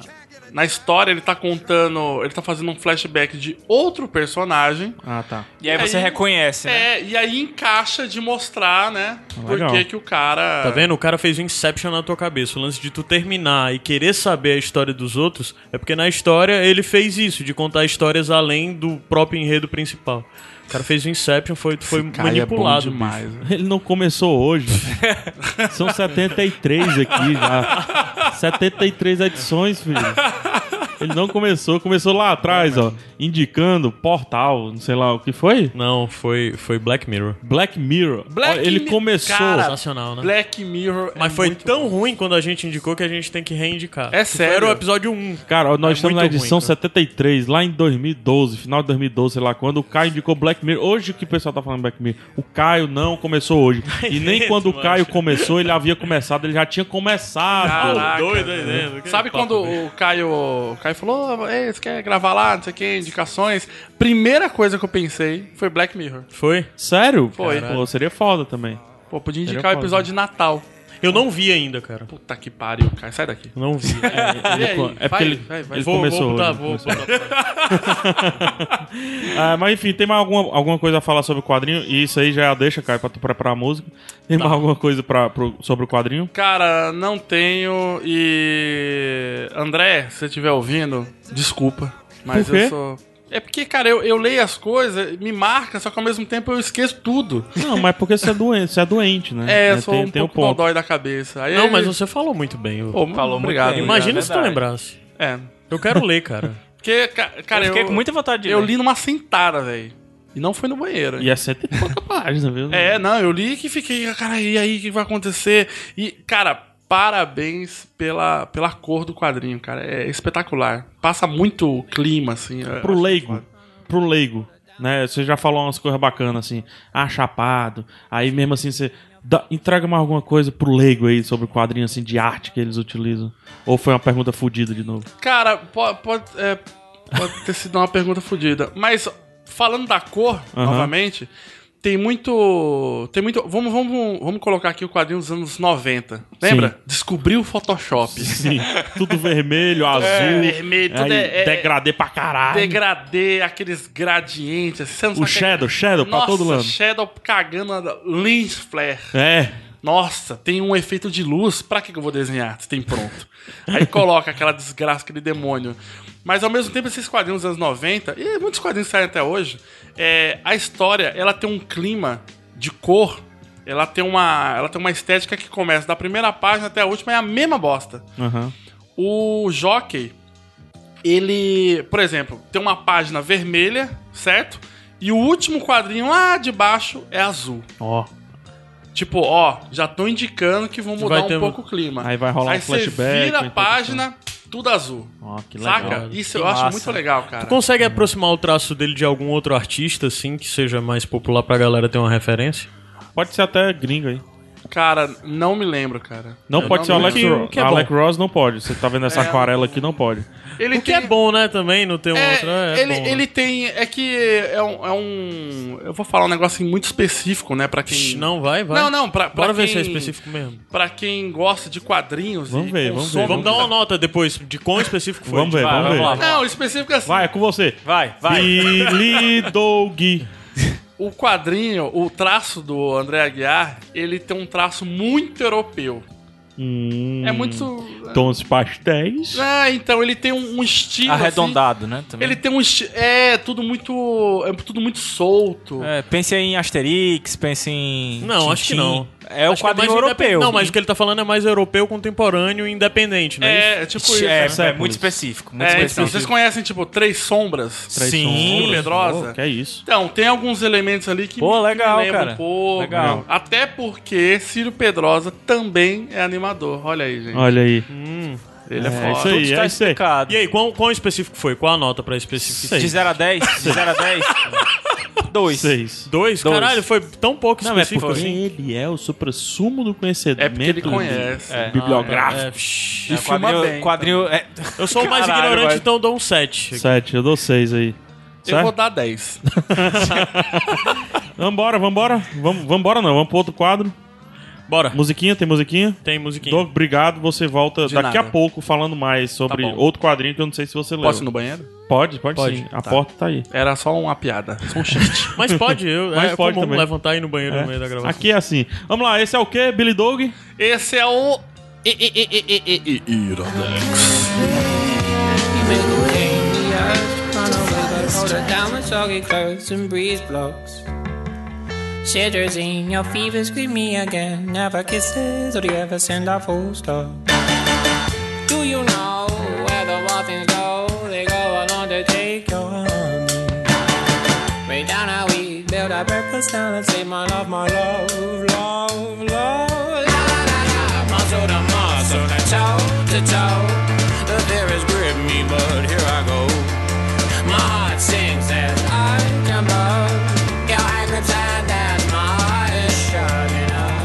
na história ele tá contando, ele tá fazendo um flashback de outro personagem.
Ah, tá.
E aí você
aí-
reconhece, né?
É, e aí encaixa de mostrar, né? Por
Legal.
que que o cara
Tá vendo? O cara fez o Inception na tua cabeça. O lance de tu terminar e querer saber a história dos outros é porque na história ele fez isso, de contar histórias além do próprio enredo principal. O cara fez o Inception, foi, foi
Esse cara é bom
manipulado.
demais. né?
Ele não começou hoje. São 73 aqui já. 73 edições, filho. Ele não começou, começou lá atrás, ó, indicando portal, não sei lá o que foi.
Não, foi, foi Black Mirror.
Black Mirror.
Black
Ó, ele
Mi-
começou.
Cara,
Sensacional, né?
Black Mirror é
Mas foi
muito
tão
bom.
ruim quando a gente indicou que a gente tem que reindicar.
É
Tipo,
sério?
Era o episódio 1.
Cara, ó, nós
É
estamos na
muito
edição
ruim, cara.
73, lá em 2012, final de 2012, sei lá quando, o Caio indicou Black Mirror. Hoje que o pessoal tá falando Black Mirror. O Caio não começou hoje. E nem
Isso,
quando o
mano.
Caio começou, ele havia começado, ele já tinha começado.
Caraca,
doido aí
né?
dentro.
Sabe
Aquele papo
quando o Caio, o Caio e falou: "Ô, ei, você quer gravar lá? Não sei o que, indicações. Primeira coisa que eu pensei foi Black Mirror.
Foi?
Sério?
Foi.
Pô, seria foda também.
Pô, podia indicar
Seria
o episódio de Natal.
Eu não vi ainda, cara.
Puta que pariu, cara. Sai daqui.
Não vi.
E aí?
é porque
Vai,
ele-
vai, tá, vai.
ele-
Vou,
começou
vou botar,
hoje,
vou
começou.
botar.
Ah, mas enfim, tem mais alguma, alguma coisa a falar sobre o quadrinho? E isso aí já deixa, cara, pra tu preparar a música. Tem
Tá.
mais alguma coisa pra, pro- sobre o quadrinho?
Cara, não tenho. E. André, se você estiver ouvindo, desculpa. Mas
Por quê?
eu sou. É porque, cara, eu, eu leio as coisas, me marca, só que ao mesmo tempo eu esqueço tudo.
Não, mas porque você é doente, você é doente, né?
É, eu
Né,
sou um pouco dodói da cabeça. Aí,
Não, mas você falou muito bem. eu-
Pô, Falou
Falou muito
obrigado.
bem.
Imagina-
Imagina
é
se tu
verdade.
lembrasse.
É.
Eu quero ler, cara.
Porque, ca- cara,
eu
eu,
fiquei com muita vontade de
eu
ler.
li numa sentada, velho. E não foi no banheiro.
E é cento e pouca página, viu?
É, não, eu li que fiquei, cara, e aí, o que vai acontecer? E, cara, parabéns pela, pela cor do quadrinho, cara, é espetacular. Passa muito o clima, assim. é-
Pro leigo. Pro leigo. Né? Você já falou umas coisas bacanas, assim. Ah, chapado. Aí mesmo assim você. dá- entrega mais alguma coisa pro leigo aí sobre o quadrinho assim de arte que eles utilizam. Ou foi uma pergunta fodida de novo?
Cara, pode, pode, é, pode ter sido uma pergunta fodida, mas falando da cor,
Aham.
novamente... Tem muito. Tem muito. Vamos, vamos, vamos colocar aqui o quadrinho dos anos 90. Lembra?
Sim.
Descobriu o Photoshop.
Sim. tudo vermelho, azul.
É, vermelho, tudo
aí
é- é-
Degradê pra caralho.
Degradê, aqueles gradientes. assim, você não
O
sabe que é-
shadow, shadow pra
Nossa,
todo lado.
Shadow cagando na lens flare.
É.
Nossa, tem um efeito de luz. Pra que que eu vou desenhar? Se tem pronto. Aí coloca aquela desgraça, aquele demônio. Mas ao mesmo tempo, esses quadrinhos dos anos 90, e muitos quadrinhos saem até hoje, é, a história ela tem um clima de cor. Ela tem, uma, ela tem uma estética que começa da primeira página até a última, é a mesma bosta.
Aham.
O jockey, ele, por exemplo, tem uma página vermelha, certo? E o último quadrinho lá de baixo é azul.
Ó.
Tipo, ó, já tô indicando que vão mudar
Vai
um
ter um-
pouco o clima.
Aí vai rolar
Aí
um
você
flashback,
vira
uma
a página, tudo azul.
Ó, que legal.
Saca? Isso eu
Que
acho
massa.
muito legal, cara.
Consegue aproximar o traço dele de algum outro artista, assim, que seja mais popular pra galera ter uma referência?
Pode ser até gringo aí.
Cara, não me lembro, cara.
Não
Eu
pode ser o
me
Alex
lembro.
Ross.
que é bom.
Alec Ross não pode. Você tá vendo essa
É.
aquarela aqui, não pode.
Ele
O que é
tem-
bom, né, também, não ter um outro.
É,
É, é
ele,
bom, né?
ele tem. É que é um, é um- Eu vou falar um negócio assim, muito específico, né?
Shh,
Pra quem.
Não, vai, vai.
Não, não, pra, pra
Bora ver
quem-
se é específico mesmo.
Pra quem gosta de quadrinhos
Vamos
e
ver, vamos ver,
consome...
Vamos dar uma nota depois de quão específico foi.
Vamos ver,
vai,
vamos ver.
vamos lá.
Não, específico assim.
Vai, é com você.
Vai, vai.
Billy Dog.
O quadrinho, o traço do André Aguiar, ele tem um traço muito europeu. É muito.
Hum, Tons pastéis.
Ah, então ele tem um, um estilo. assim.
Arredondado, né? Também.
Ele tem um estilo. É, tudo muito. É tudo muito solto.
É, pense aí em Asterix, pense em.
Não, acho que
Tintin.
não.
É o
Acho que
quadrinho
mais independ-
europeu.
Não, mas o que ele tá falando é mais europeu, contemporâneo e independente, né?
É, é tipo isso.
É,
É,
é,
séculos.
muito específico. Muito
é, então,
específico.
vocês conhecem, tipo, Três Sombras?
Traição.
Sim.
Pedro Pedrosa?
Oh, que é isso.
Então, tem alguns elementos ali que
Pô, legal,
me lembram
cara.
um pouco.
Legal.
Até porque Círio Pedrosa também é animador. Olha aí, gente.
Olha aí.
Ele é,
É isso
foda.
aí, é
Está
isso aí.
tá explicado.
E aí, quão, quão específico foi? Qual a nota pra específico?
Sei.
De 0 a 10? De 0 a 10? 2.
Seis.
Dois?
Dois.
Caralho, foi tão pouco
Não, é
específico
porque
assim.
ele é o supra-sumo do conhecimento.
É porque ele conhece.
É.
Bibliográfico.
É, shh.
E filma
quadrinho,
bem.
quadrinho é,
eu sou o mais
Caralho,
ignorante,
vai.
então eu dou um 7.
Sete, eu dou seis aí.
Eu vou
Certo?
dar 10.
Vambora, vambora. Vamos, vambora não, vamos pro outro quadro.
Bora.
Musiquinha, tem musiquinha?
Tem musiquinha.
Doug, obrigado. Você volta
De
daqui
nada.
a pouco falando mais sobre
Tá bom.
outro quadrinho que eu não sei se você leu.
Posso ir no banheiro?
Pode, pode,
Pode,
sim. A porta tá aí.
Era só uma piada. Só um xiste.
Mas pode, eu,
Mas
é
pode
comum
também.
levantar e ir no banheiro no meio da
É.
gravação.
Aqui é assim. Vamos lá, esse é o quê? Billy Dog?
Esse é o. E, e, e, e, e, e, e, Iradex.
Hold her down with soggy clothes and breeze blocks. Shivers in your fever, scream me again. Never kisses, or do you ever send a full stop? Do you know where the walkings go? They go along to take your honey. Way down how we build our breakfast down and say, my love, my love, love, love. La la la la, muscle to muscle, to toe to toe. The fear has gripped me, but here I go. My heart sings as I jump up. Your hand grips and as my heart is shutting up.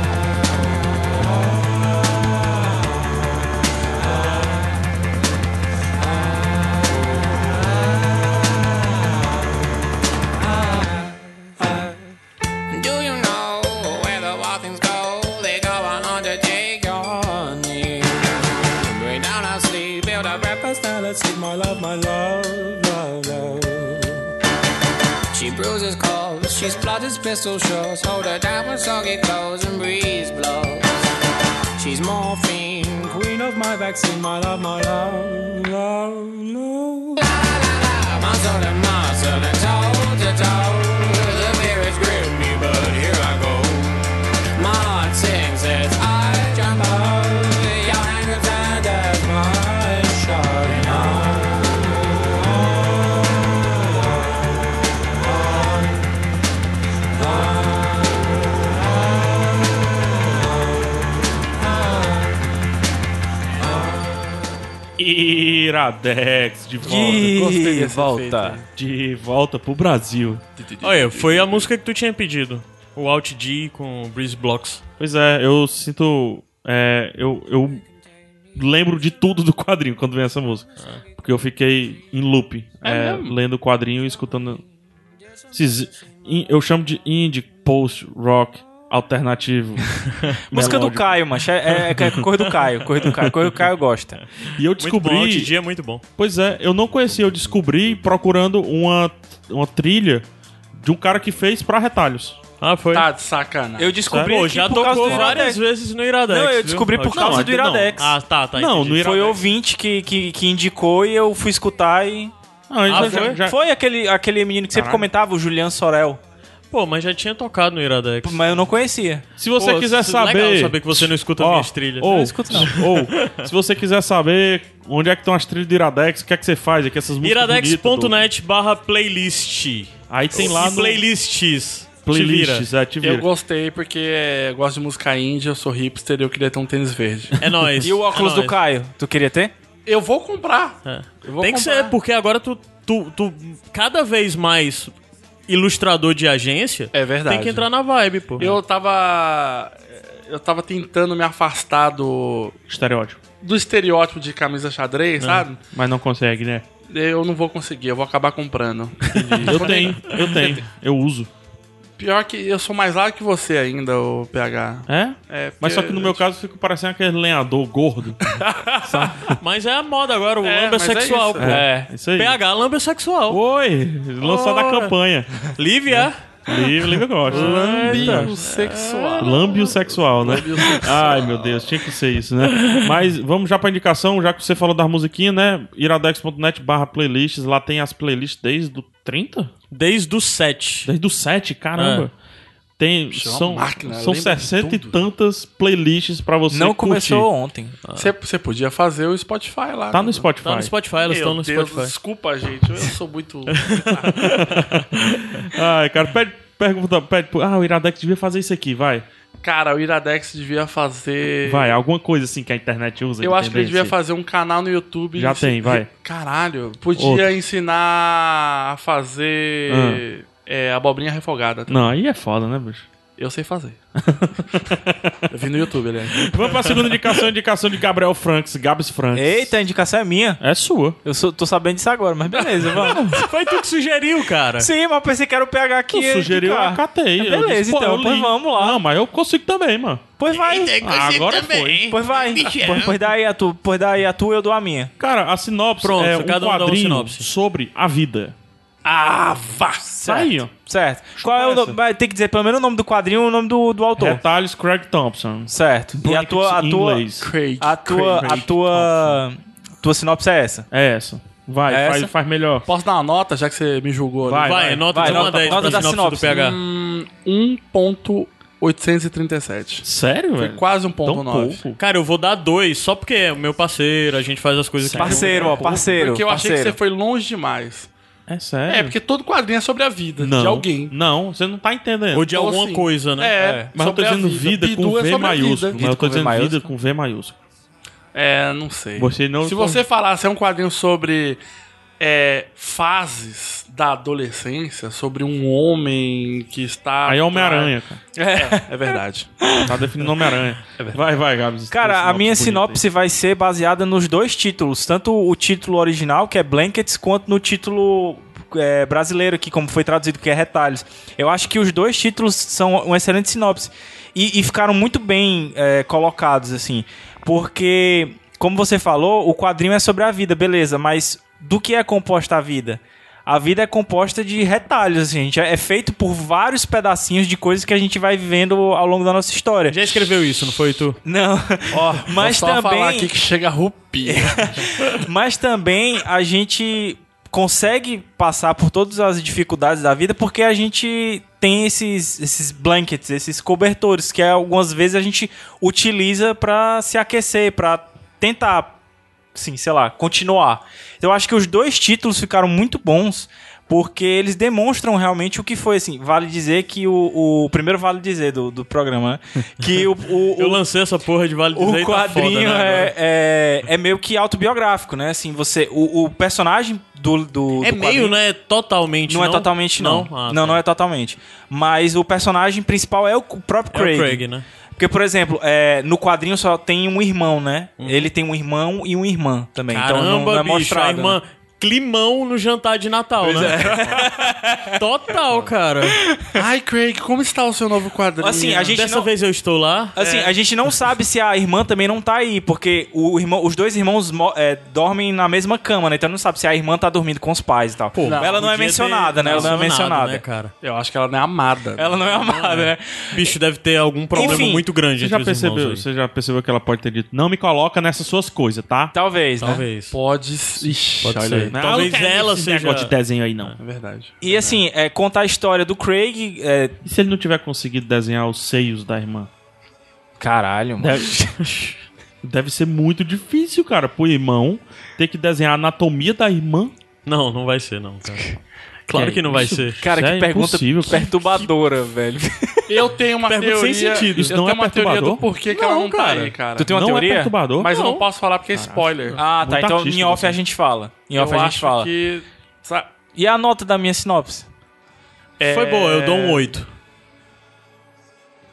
that saved my life, my love, love, love. She bruises calls, she splatters pistol shots. Hold her down with soggy clothes and breeze blows. She's morphine, queen of my vaccine, my love, my love, love, love. La la la la, muscle and muscle and toe to toe. The beer is grimly, but here I go. Martin says I jump out, your hand is and that's my shot.
Iradex, de volta.
gostei
E
desse
volta.
De volta pro Brasil.
Olha, foi a música que tu tinha pedido. O Alt G com o Breeze Blocks.
Pois é, eu sinto. é, eu, eu lembro de tudo do quadrinho quando vem essa música. Porque eu fiquei em loop, é, lendo o quadrinho e escutando. esses in- eu chamo de indie, post, rock, alternativo.
Música do
melódico.
Caio, mancha. É, é, é cor do Caio, cor do Caio. Cor do Caio gosta.
E eu
Muito bom, Alt
descobri.
G é muito bom.
Pois é, eu não conhecia, eu descobri procurando uma, uma trilha de um cara que fez pra retalhos.
Ah, foi.
Tá de sacana.
Eu descobri
Pô,
aqui
já
por causa
tocou
do
várias
Iradex.
vezes no Iradex.
Não, eu
viu?
descobri por
Alt G.
causa
Não,
do Iradex.
Ah, tá, tá.
Não,
entendi.
no Iradex.
Foi ouvinte que, que, que indicou e eu fui escutar e.
Ah, isso
Ah,
já-
foi?
já-
Foi aquele, aquele menino que sempre
Caralho.
comentava, o Julian Sorel.
Pô, mas já tinha tocado no Iradex.
Mas eu não conhecia.
Se você
Pô,
quiser
isso é
saber.
legal saber que você não escuta
Ó,
minhas trilhas.
Ou,
Não
escuto, não.
ou, se você quiser saber onde é que estão as trilhas do Iradex, o que é que você faz? É que essas músicas bonitas,
Iradex.net barra playlist.
do- Aí tem lá
E
no
playlists. Te
playlists,
vira.
é, te vira.
Eu gostei porque é, eu gosto de música índia, eu sou hipster e eu queria ter um tênis verde.
É nóis.
E o óculos
é
do
nóis.
Caio, tu queria ter?
eu vou comprar.
É.
Eu vou
Tem que
comprar.
ser, porque agora tu, tu, tu cada vez mais ilustrador de agência
É verdade.
tem que entrar na vibe, pô.
Eu tava. Eu tava tentando me afastar do.
Estereótipo.
do estereótipo de camisa xadrez, sabe?
Mas não consegue, né?
Eu não vou conseguir, eu vou acabar comprando.
Eu tenho, eu tenho. Eu uso.
Pior que eu sou mais largo que você ainda, o PH.
É?
É,
Mas só
porque-
que no meu caso eu fico parecendo aquele lenhador gordo.
Mas é a moda agora, o
É,
lamba é
mas é
sexual,
isso,
pô.
É, isso aí.
PH lamba é sexual. Né?
Oi! Lançou da
Ora.
campanha.
Lívia.
Livre, livre gosta.
é
é
Bissexual.
Lâmbio sexual, né? Ai, meu Deus, tinha que ser isso, né? Mas vamos já pra indicação, já que você falou das musiquinhas, né? iradex.net barra playlists, lá tem as playlists desde o 30?
Desde o 7.
Desde o 7, caramba. Tem,
é uma
são
máquina,
são
lembra
60
de
e
tudo.
tantas playlists pra você
não
curtir.
começou ontem.
Você, você podia fazer o Spotify lá.
Tá no Spotify.
Tá no Spotify, elas
Meu
estão no
Deus,
Spotify.
Desculpa, gente, eu sou muito.
Ai, cara, pede, pergunta, pede, pro- ah, o Iradex devia fazer isso aqui, vai.
Cara, o Iradex devia fazer.
Vai, alguma coisa assim que a internet usa.
É. Eu
de
acho que ele devia
tendência.
fazer um canal no YouTube.
Já tem, vai.
Caralho, podia
Outro.
ensinar a
Ah.
fazer é, abobrinha refogada.
Não, aí é foda, né, bicho?
Eu sei fazer. eu vi no YouTube, é aliás.
Vamos pra segunda indicação, indicação de Gabriel Franks, Gabs Franks.
Eita, a indicação é minha.
É sua.
Eu sou- tô sabendo disso agora, mas beleza, vamos.
Foi tu que sugeriu, cara.
Sim, mas eu pensei que era o PH aqui.
Tu sugeriu, eu catei. Eu
beleza,
"Pô,
então,
eu li."
pois vamos lá.
Não, mas eu consigo também, mano.
Pois vai.
Ah, agora foi.
Pois vai. Pois, pois daí a tu, pois daí a tu eu dou a minha.
Cara, a sinopse
Pronto,
é um
cada um dá uma
quadrinho
sinopse.
sobre a vida.
Ah, vá!
Tá aí, ó.
Certo. Qual é o
essa.
nome? vai, Tem que dizer pelo menos o nome do quadrinho e o nome do, do autor.
Retalhos Craig Thompson.
Certo. E a tua a
Em
tua
inglês.
Craig.
a tua a tua tua sinopse é essa.
É essa. Vai,
É
faz,
essa?
faz melhor.
Posso dar uma nota, já que você me julgou?
Vai,
Né?
Vai, nota
vai,
de 1 a
nota-
10 pra
nota da
sinopse do
sinopse.
PH.
1.837.
Sério,
Foi
velho?
quase
Tão
1.9.
pouco.
Cara, eu vou dar dois, só porque é o meu parceiro, a gente faz as coisas que
Parceiro, ó, parceiro.
Porque eu achei que
parceiro.
você foi longe demais.
É sério?
É, porque todo quadrinho é sobre a vida
não,
de alguém.
Não, você não tá entendendo.
Ou de
Então,
alguma
assim,
coisa, né?
É,
Mas eu tô
sobre a
dizendo vida, com
Bidu é
V
sobre a vida.
maiúsculo. Mas eu tô
com V
dizendo vida
maiúsculo.
com V maiúsculo.
É, não sei.
Você não-
Se você falasse é um quadrinho sobre é, fases da adolescência, sobre um homem que está.
Aí é Homem-Aranha, cara.
É, é verdade.
Tá definindo Homem-Aranha.
É
vai, vai, Gabs.
Cara, a minha
bonita
sinopse vai ser baseada nos dois títulos, tanto o título original, que é Blankets, quanto no título é, brasileiro aqui, como foi traduzido, que é Retalhos. Eu acho que os dois títulos são uma excelente sinopse. E, e ficaram muito bem é, colocados, assim, porque como você falou, o quadrinho é sobre a vida, beleza, mas do que é composta a vida? A vida é composta de retalhos, assim, gente. É é feito por vários pedacinhos de coisas que a gente vai vivendo ao longo da nossa história.
Já escreveu isso, não foi tu?
Não,
Ó,
mas
vou só falar
também-
aqui que chega a rupia.
mas também a gente consegue passar por todas as dificuldades da vida porque a gente tem esses, esses blankets, esses cobertores que algumas vezes a gente utiliza para se aquecer, para tentar, sim, sei lá, continuar. Então, Eu acho que os dois títulos ficaram muito bons porque eles demonstram realmente o que foi, assim, vale dizer que o, o primeiro vale dizer do, do programa, né? que o, o-
Eu
o-
lancei essa porra de Vale dizer
o
e tá foda,
quadrinho
né, agora?
é, é, é meio que autobiográfico, né? Assim, você. O, o personagem do. do
É meio,
do quadrinho-
né? É Totalmente.
Não, é totalmente, não. Não,
Não, Ah,
não,
tá.
é totalmente. Mas o personagem principal é o c- próprio
É o
Craig.
Craig, né?
Porque, por exemplo, é, no quadrinho só tem um irmão, né? Ele tem um irmão e uma irmã também.
Uhum. Caramba,
então não, não é
bicho,
mostrado.
a irmã
né?
climão no jantar de Natal, né?
é.
Total, cara.
Ai, Craig, como está o seu novo quadrinho?
Assim, a gente
Dessa
não-
vez eu estou lá.
Assim, a gente não sabe se a irmã também não tá aí, porque o irmão, os dois irmãos mo- é, dormem na mesma cama, né? Então não sabe se a irmã tá dormindo com os pais e tal. ela não
Podia
é
ter
mencionada, né? Ela não é
mencionado,
mencionada.
Né, cara?
Eu acho que ela não é amada.
Ela não é amada, né?
Bicho deve ter algum problema
Enfim,
muito grande
Você
entre
já,
os
percebeu,
irmãos aí.
você já percebeu que ela pode ter dito, não me coloca nessas suas coisas, tá?
Talvez, né?
Talvez.
Pode. Ixi,
Pode
olha
ser.
aí.
Não,
Talvez
eu não quero
ela
esse
seja-
negócio de desenho aí, não.
É verdade.
E assim, é, conta a história do Craig. é,
E se ele não tiver conseguido desenhar os seios da irmã?
Caralho, mano.
Deve, Deve ser muito difícil, cara, pro irmão ter que desenhar a anatomia da irmã.
Não, não vai ser, não, cara. Claro que,
Que é
não vai
isso?
ser.
Cara,
Isso
que
é
pergunta
impossível, cara.
perturbadora, velho.
Eu tenho uma
Pergunta
teoria.
sem sentido.
Isso
eu
não
tenho
é
uma teoria do
perturbador?
porquê que ela
Não,
não tá
cara.
aí, cara.
Tu tem uma
não é
teoria?
perturbador?
Mas eu não posso falar porque é spoiler.
Ah, tá.
Muito
Então
artista
em off
você.
a gente fala. Em
eu
off a gente
acho
fala.
que. sa-
E a nota da minha sinopse?
Foi
é
boa, eu dou um 8.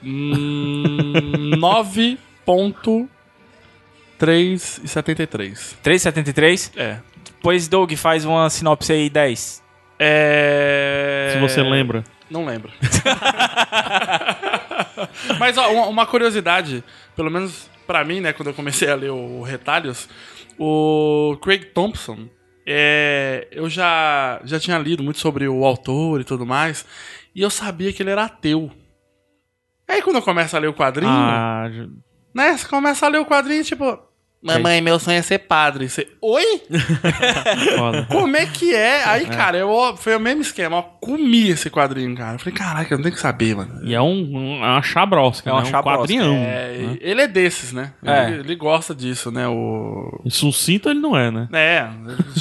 Hum, 9.373.
3,73?
É.
Pois, Doug, faz uma sinopse aí 10.
É.
Se você lembra.
Não lembro. Mas ó, uma, uma curiosidade, pelo menos pra mim, né, quando eu comecei a ler o, o Retalhos, o Craig Thompson, é, eu já, já tinha lido muito sobre o autor e tudo mais, e eu sabia que ele era ateu. Aí quando eu começo a ler o quadrinho,
Ah,
né, você começa a ler o quadrinho, tipo, mamãe, meu sonho é ser padre. Você, oi?
foda.
Como é que é? Aí, cara, eu, ó, foi o mesmo esquema, ó, comi esse quadrinho, cara. Eu falei, caraca, eu não tenho que saber, mano.
E é um, um, é uma chabrosca,
É uma
né?
chabrosca,
um quadrinhão.
É, e- ele é desses, né?
Hum, É.
Ele, ele gosta disso, né? O...
Sucinto ele não é, né?
É,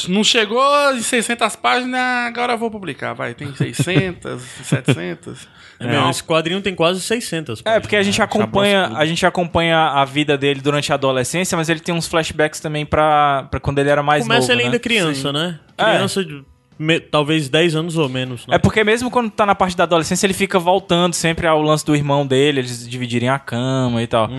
não chegou em 600 páginas, agora eu vou publicar. Vai, tem 600, 700.
É, mesmo, Esse quadrinho tem quase 600.
É, porque a gente
acabou
acompanha,
tudo.
a gente acompanha a vida dele durante a adolescência, mas ele tem uns flashbacks também pra, pra quando ele era mais
Começa
novo,
ele
né?
ainda criança, né?
É.
Criança de me- talvez 10 anos ou menos. Né?
É porque mesmo quando tá na parte da adolescência, ele fica voltando sempre ao lance do irmão dele, eles dividirem a cama e tal.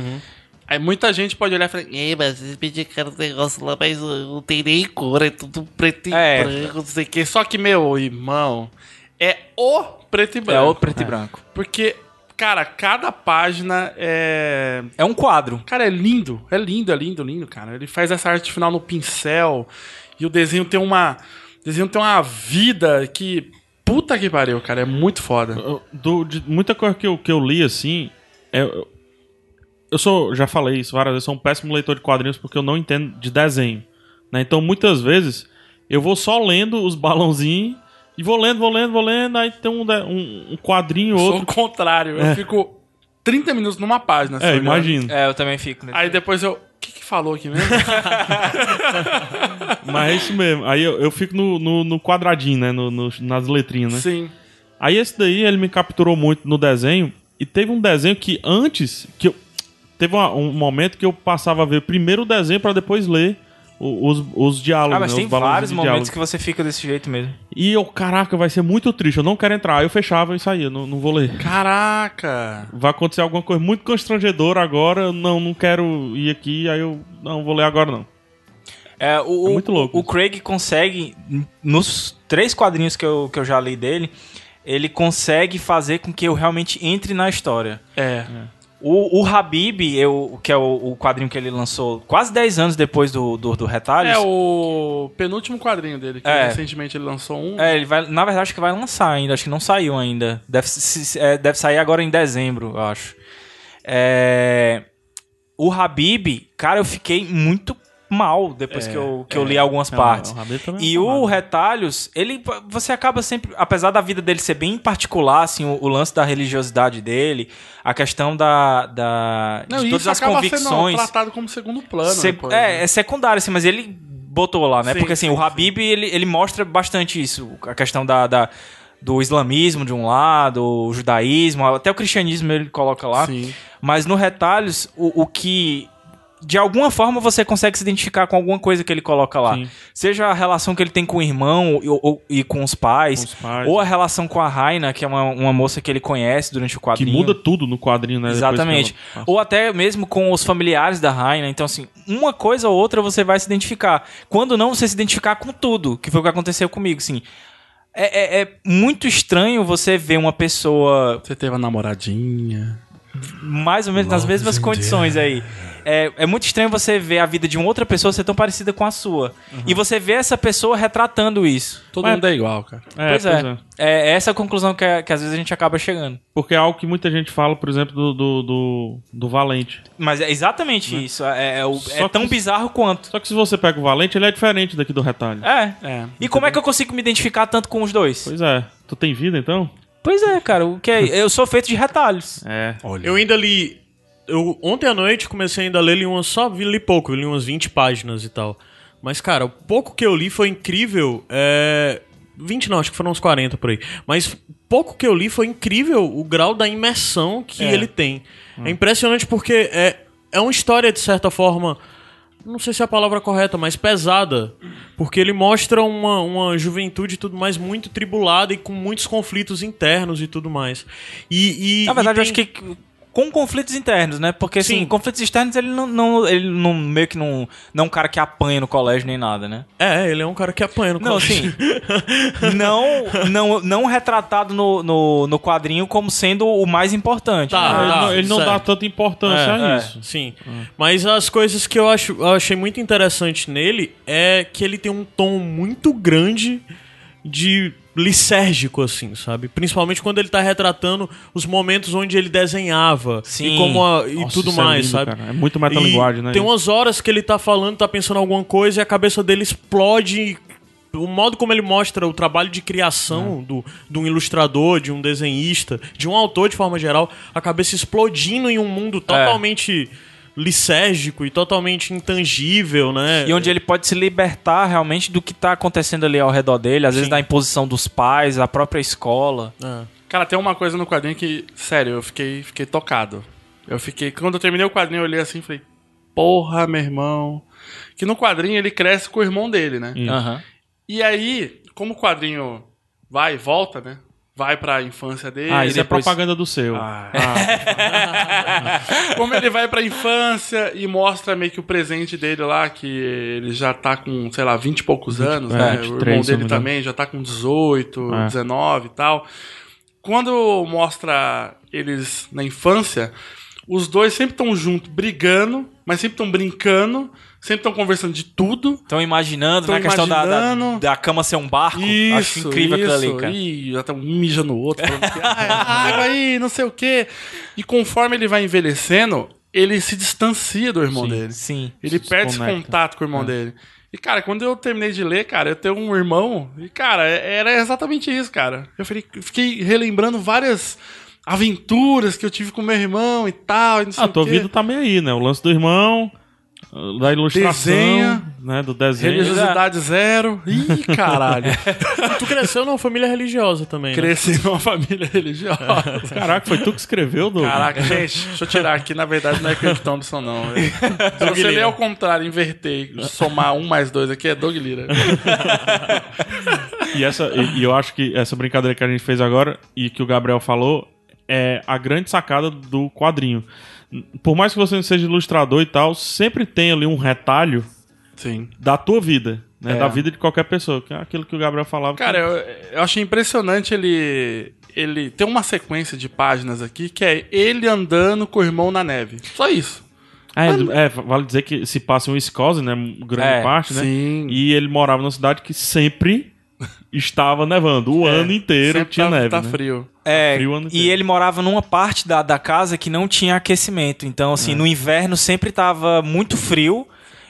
Aí muita gente pode olhar e falar,
E aí, mas eles me indicaram um negócio lá, mas eu não tem nem cor, é tudo preto e
É.
branco, não sei o que.
que só que, meu irmão, é o preto e
É
branco.
o preto e branco.
Porque, cara, cada página é...
É um quadro.
Cara, é lindo, é lindo, é lindo, lindo, cara. Ele faz essa arte final no pincel e o desenho tem uma, o desenho tem uma vida que puta que pariu, cara, é muito foda.
Eu- do- de muita coisa que eu, que eu li, assim. é- eu, eu sou, já falei isso várias vezes, sou um péssimo leitor de quadrinhos porque eu não entendo de desenho. né? Então, muitas vezes, eu vou só lendo os balãozinhos e vou lendo, vou lendo, vou lendo. Aí tem um, de- um, um quadrinho,
Sou
outro.
o contrário, eu fico 30 minutos numa página.
É,
sabe?
imagino.
É, eu também fico. Né?
Aí depois eu, o que que falou aqui mesmo?
Mas é isso mesmo. Aí eu, eu fico no, no, no quadradinho, né? No, no- nas letrinhas, né?
Sim.
Aí esse daí ele me capturou muito no desenho. E teve um desenho que antes. que eu, Teve uma- um momento que eu passava a ver primeiro o desenho pra depois ler o- os, os diálogos.
Ah, mas
né,
tem
os balãozinhos
vários
de
momentos
diálogo.
que você fica desse jeito mesmo.
E eu, caraca, vai ser muito triste, eu não quero entrar. Aí eu fechava e saía, não, não vou ler.
Caraca.
Vai acontecer alguma coisa muito constrangedora agora, eu não, não quero ir aqui, aí eu não vou ler agora não.
É, o,
É muito louco.
O Craig consegue, nos três quadrinhos que eu, que eu já li dele, ele consegue fazer com que eu realmente entre na história.
É.
O, o Habib, eu, que é o, o quadrinho que ele lançou quase 10 anos depois do, do, do Retalhos.
É o penúltimo quadrinho dele, que
É.
recentemente ele lançou um.
É, ele vai. Na verdade, acho que vai lançar ainda. Acho que não saiu ainda. Deve, se- se- é, deve sair agora em dezembro, eu acho. É, o Habib, cara, eu fiquei muito mal depois
É,
que eu, que eu li algumas É,
É,
partes. E o
né?
Retalhos, ele você acaba sempre, apesar da vida dele ser bem particular, assim, o, o lance da religiosidade dele, a questão da, da
Não,
de
e
todas
isso
as
acaba sendo
convicções.
tratado como segundo plano.
Sec-
depois, né?
é, é secundário, assim, mas ele botou lá, né?
Sim,
Porque assim,
sim,
o Habib, ele, ele mostra bastante isso, a questão da, da- do islamismo de um lado, o judaísmo, até o cristianismo ele coloca lá.
Sim.
Mas no Retalhos, o, o que. De alguma forma você consegue se identificar com alguma coisa que ele coloca lá.
Sim.
Seja a relação que ele tem com o irmão ou- ou- e com os pais,
os pais.
ou a relação com a Raina, que é uma, uma moça que ele conhece durante o
Que
quadrinho.
muda tudo no quadrinho, né? depois que
Exatamente.
ela-
Ou até mesmo com os familiares da Raina. Então, assim, uma coisa ou outra você vai se identificar. Quando não, você se identificar com tudo, que foi o que aconteceu comigo, assim. É, é- é muito estranho você ver uma pessoa
Você teve uma namoradinha.
mais ou menos nas mesmas condições aí. É, é muito estranho você ver a vida de uma outra pessoa ser tão parecida com a sua.
Uhum.
E você ver essa pessoa retratando isso.
Todo
Mas-
mundo é igual, cara.
É,
pois,
pois
é.
é.
é. essa a conclusão que, que às vezes a gente acaba chegando.
Porque é algo que muita gente fala, por exemplo, do, do, do, do Valente.
Mas é exatamente isso. É, é o-
Né? Só
é
que
tão
isso-
bizarro quanto.
Só que se você pega o Valente, ele é diferente daqui do Retalho.
É.
É.
E como é que eu consigo me identificar tanto com os dois? Pois,
Pois é. Tu tem vida, então?
é, cara, o que é? Eu sou feito de retalhos.
É.
Eu ainda li. Eu, ontem à noite comecei ainda a ler, li uma, só vi- li pouco, li umas 20 páginas e tal. Mas, cara, o pouco que eu li foi incrível. É. 20 não, acho que foram uns 40 por aí. Mas o pouco que eu li foi incrível o grau da imersão que ele tem.
Hum.
É impressionante porque é, é uma história, de certa forma. Não sei se é a palavra correta, mas pesada. Porque ele mostra uma, uma juventude e tudo mais muito tribulada e com muitos conflitos internos e tudo mais. E, e-
Na
e
verdade, eu acho
tem-
que com conflitos internos, né? Porque assim,
Sim.
conflitos externos ele não, não- ele não meio que não, não é um cara que apanha no colégio nem nada, né?
É, ele é um cara que apanha no
Não,
colégio.
sim. não, não, não retratado no, no, no quadrinho como sendo o mais importante.
Tá.
né?
ele
Ah,
não, ele não
certo.
dá tanta importância
É,
a
é.
isso.
Sim. Mas as coisas que eu, acho, eu achei muito interessante nele é que ele tem um tom muito grande de lisérgico, assim, sabe? Principalmente quando ele tá retratando os momentos onde ele desenhava
Sim.
e, como a- e
Nossa,
tudo
isso é
mais,
lindo,
sabe?
cara. É muito metalinguagem,
E
né?
Tem
isso?
umas horas que ele tá falando, tá pensando alguma coisa e a cabeça dele explode. O modo como ele mostra o trabalho de
Né.
criação do, de um ilustrador, de um desenhista, de um autor de forma geral, a cabeça explodindo em um
É.
mundo totalmente lisérgico e totalmente intangível, né?
E onde ele pode se libertar realmente do que tá acontecendo ali ao redor dele, às vezes
Sim.
da imposição dos pais, a própria escola.
É.
Cara, tem uma coisa no quadrinho que, sério, eu fiquei, fiquei tocado. Eu fiquei. Quando eu terminei o quadrinho, eu olhei assim e falei, porra, meu irmão. Que no quadrinho ele cresce com o irmão dele, né?
Aham.
E aí, como o quadrinho vai e volta, né? Vai pra infância dele.
Ah, isso é
depois-
propaganda do seu.
Como ele vai pra infância e mostra meio que o presente dele lá, que ele já tá com, sei lá, 20 e poucos anos,
é,
né?
23,
o irmão
se não me
dele
engano.
também já tá com 18,
É.
19 e tal. Quando mostra eles na infância, os dois sempre estão juntos brigando, mas sempre estão brincando, sempre estão conversando de tudo.
Estão imaginando,
Tão
né? A questão da-
imaginando.
Da, da cama ser um barco. Acho incrível aquilo ali, cara.
E até um mija no outro, falando que, "Ah, é água aí, não sei o quê. E conforme ele vai envelhecendo, ele se distancia do irmão dele.
Sim. É.
Ele
Se
perde esse
desconecta.
contato com o irmão dele. E, cara, quando eu terminei de ler, cara, eu tenho um irmão. E, cara, é- era exatamente isso, cara. Eu falei- eu fiquei relembrando várias aventuras que eu tive com meu irmão e tal. E não sei
Ah,
o
tua
quê.
vida tá meio aí, né? O lance do irmão, ah, da ilustração,
Desenha.
né? Do desenho.
né?
Religiosidade zero. Ih, caralho.
Tu cresceu numa família religiosa também, né?
Cresci numa família religiosa.
Caraca, foi tu que escreveu, Douglas?
Caraca, gente, deixa eu tirar aqui. Na verdade, não é Craig Thompson, não. é Se você ler ao contrário, inverter e somar um mais dois aqui, é Doug Lira.
E, essa, e, e eu acho que essa brincadeira que a gente fez agora e que o Gabriel falou é a grande sacada do quadrinho. Por mais que você não seja ilustrador e tal, sempre tem ali um retalho
Sim.
da tua vida, né?
É.
Da vida de qualquer pessoa. Que é aquilo que o Gabriel falava.
Cara, eu, eu achei impressionante ele, ele tem uma sequência de páginas aqui que é ele andando com o irmão na neve. Só isso.
É, é, vale dizer que se passa em Wisconsin, né? Grande
É,
parte, né?
sim.
E ele morava numa cidade que sempre estava nevando. O ano inteiro
É, Sempre
tinha
tá,
neve.
Tá
né?
frio.
É,
frio o ano
e
inteiro.
ele morava numa parte da, da casa que não tinha aquecimento. Então,
É.
assim, no inverno sempre tava muito frio.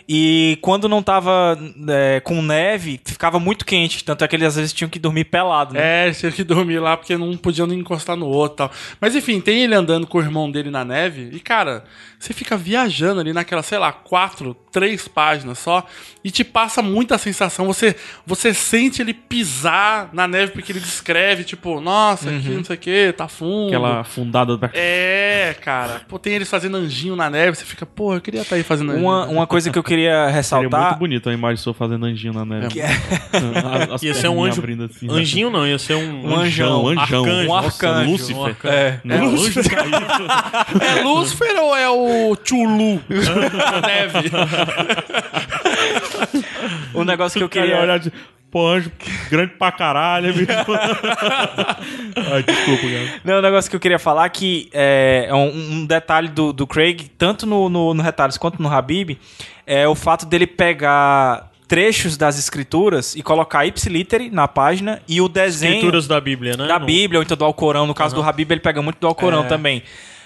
E quando não tava é, com neve, ficava muito quente. Tanto é que eles às vezes tinham que dormir pelado, né?
É, tinha que dormir lá porque não podia nem encostar no outro e tal. Mas enfim, tem ele andando com o irmão dele na neve. E cara, você fica viajando ali naquela, sei lá, quatro, três páginas só. E te passa muita sensação. Você, você sente ele pisar na neve porque ele descreve, tipo, nossa, aqui
Uhum.
não sei o que, tá fundo.
Aquela fundada da.
É, cara. Pô, tem eles fazendo anjinho na neve. Você fica, pô, eu queria estar aí fazendo anjinho.
Uma, uma coisa que eu queria
Seria muito
ressaltar.
bonito a imagem sua fazendo anjinho na neve.
que
É.
é
As, as
Ia ser um
perninhas
anjo.
abrindo assim, né?
Anjinho não, ia ser um.
Um anjão,
anjão,
arcanjo,
um
nossa,
arcanjo,
Lúcifer.
um arcanjo.
É.
Não, anjo caído.
É Lúcifer ou é o Tchulu? Na neve.
O negócio que eu
O cara ia
queria.
olhar de... Pô, anjo grande pra caralho. bicho. Ai, desculpa, cara.
Não, o negócio que eu queria falar que é, é um, um detalhe do, do Craig, tanto no, no, no Retalhos quanto no Habib, é o fato dele pegar trechos das escrituras e colocar ipsiliter na página e o desenho
Escrituras da Bíblia, né?
da
Não-
Bíblia, ou então do Alcorão. No caso do Habib, ele pega muito do Alcorão
É.
também.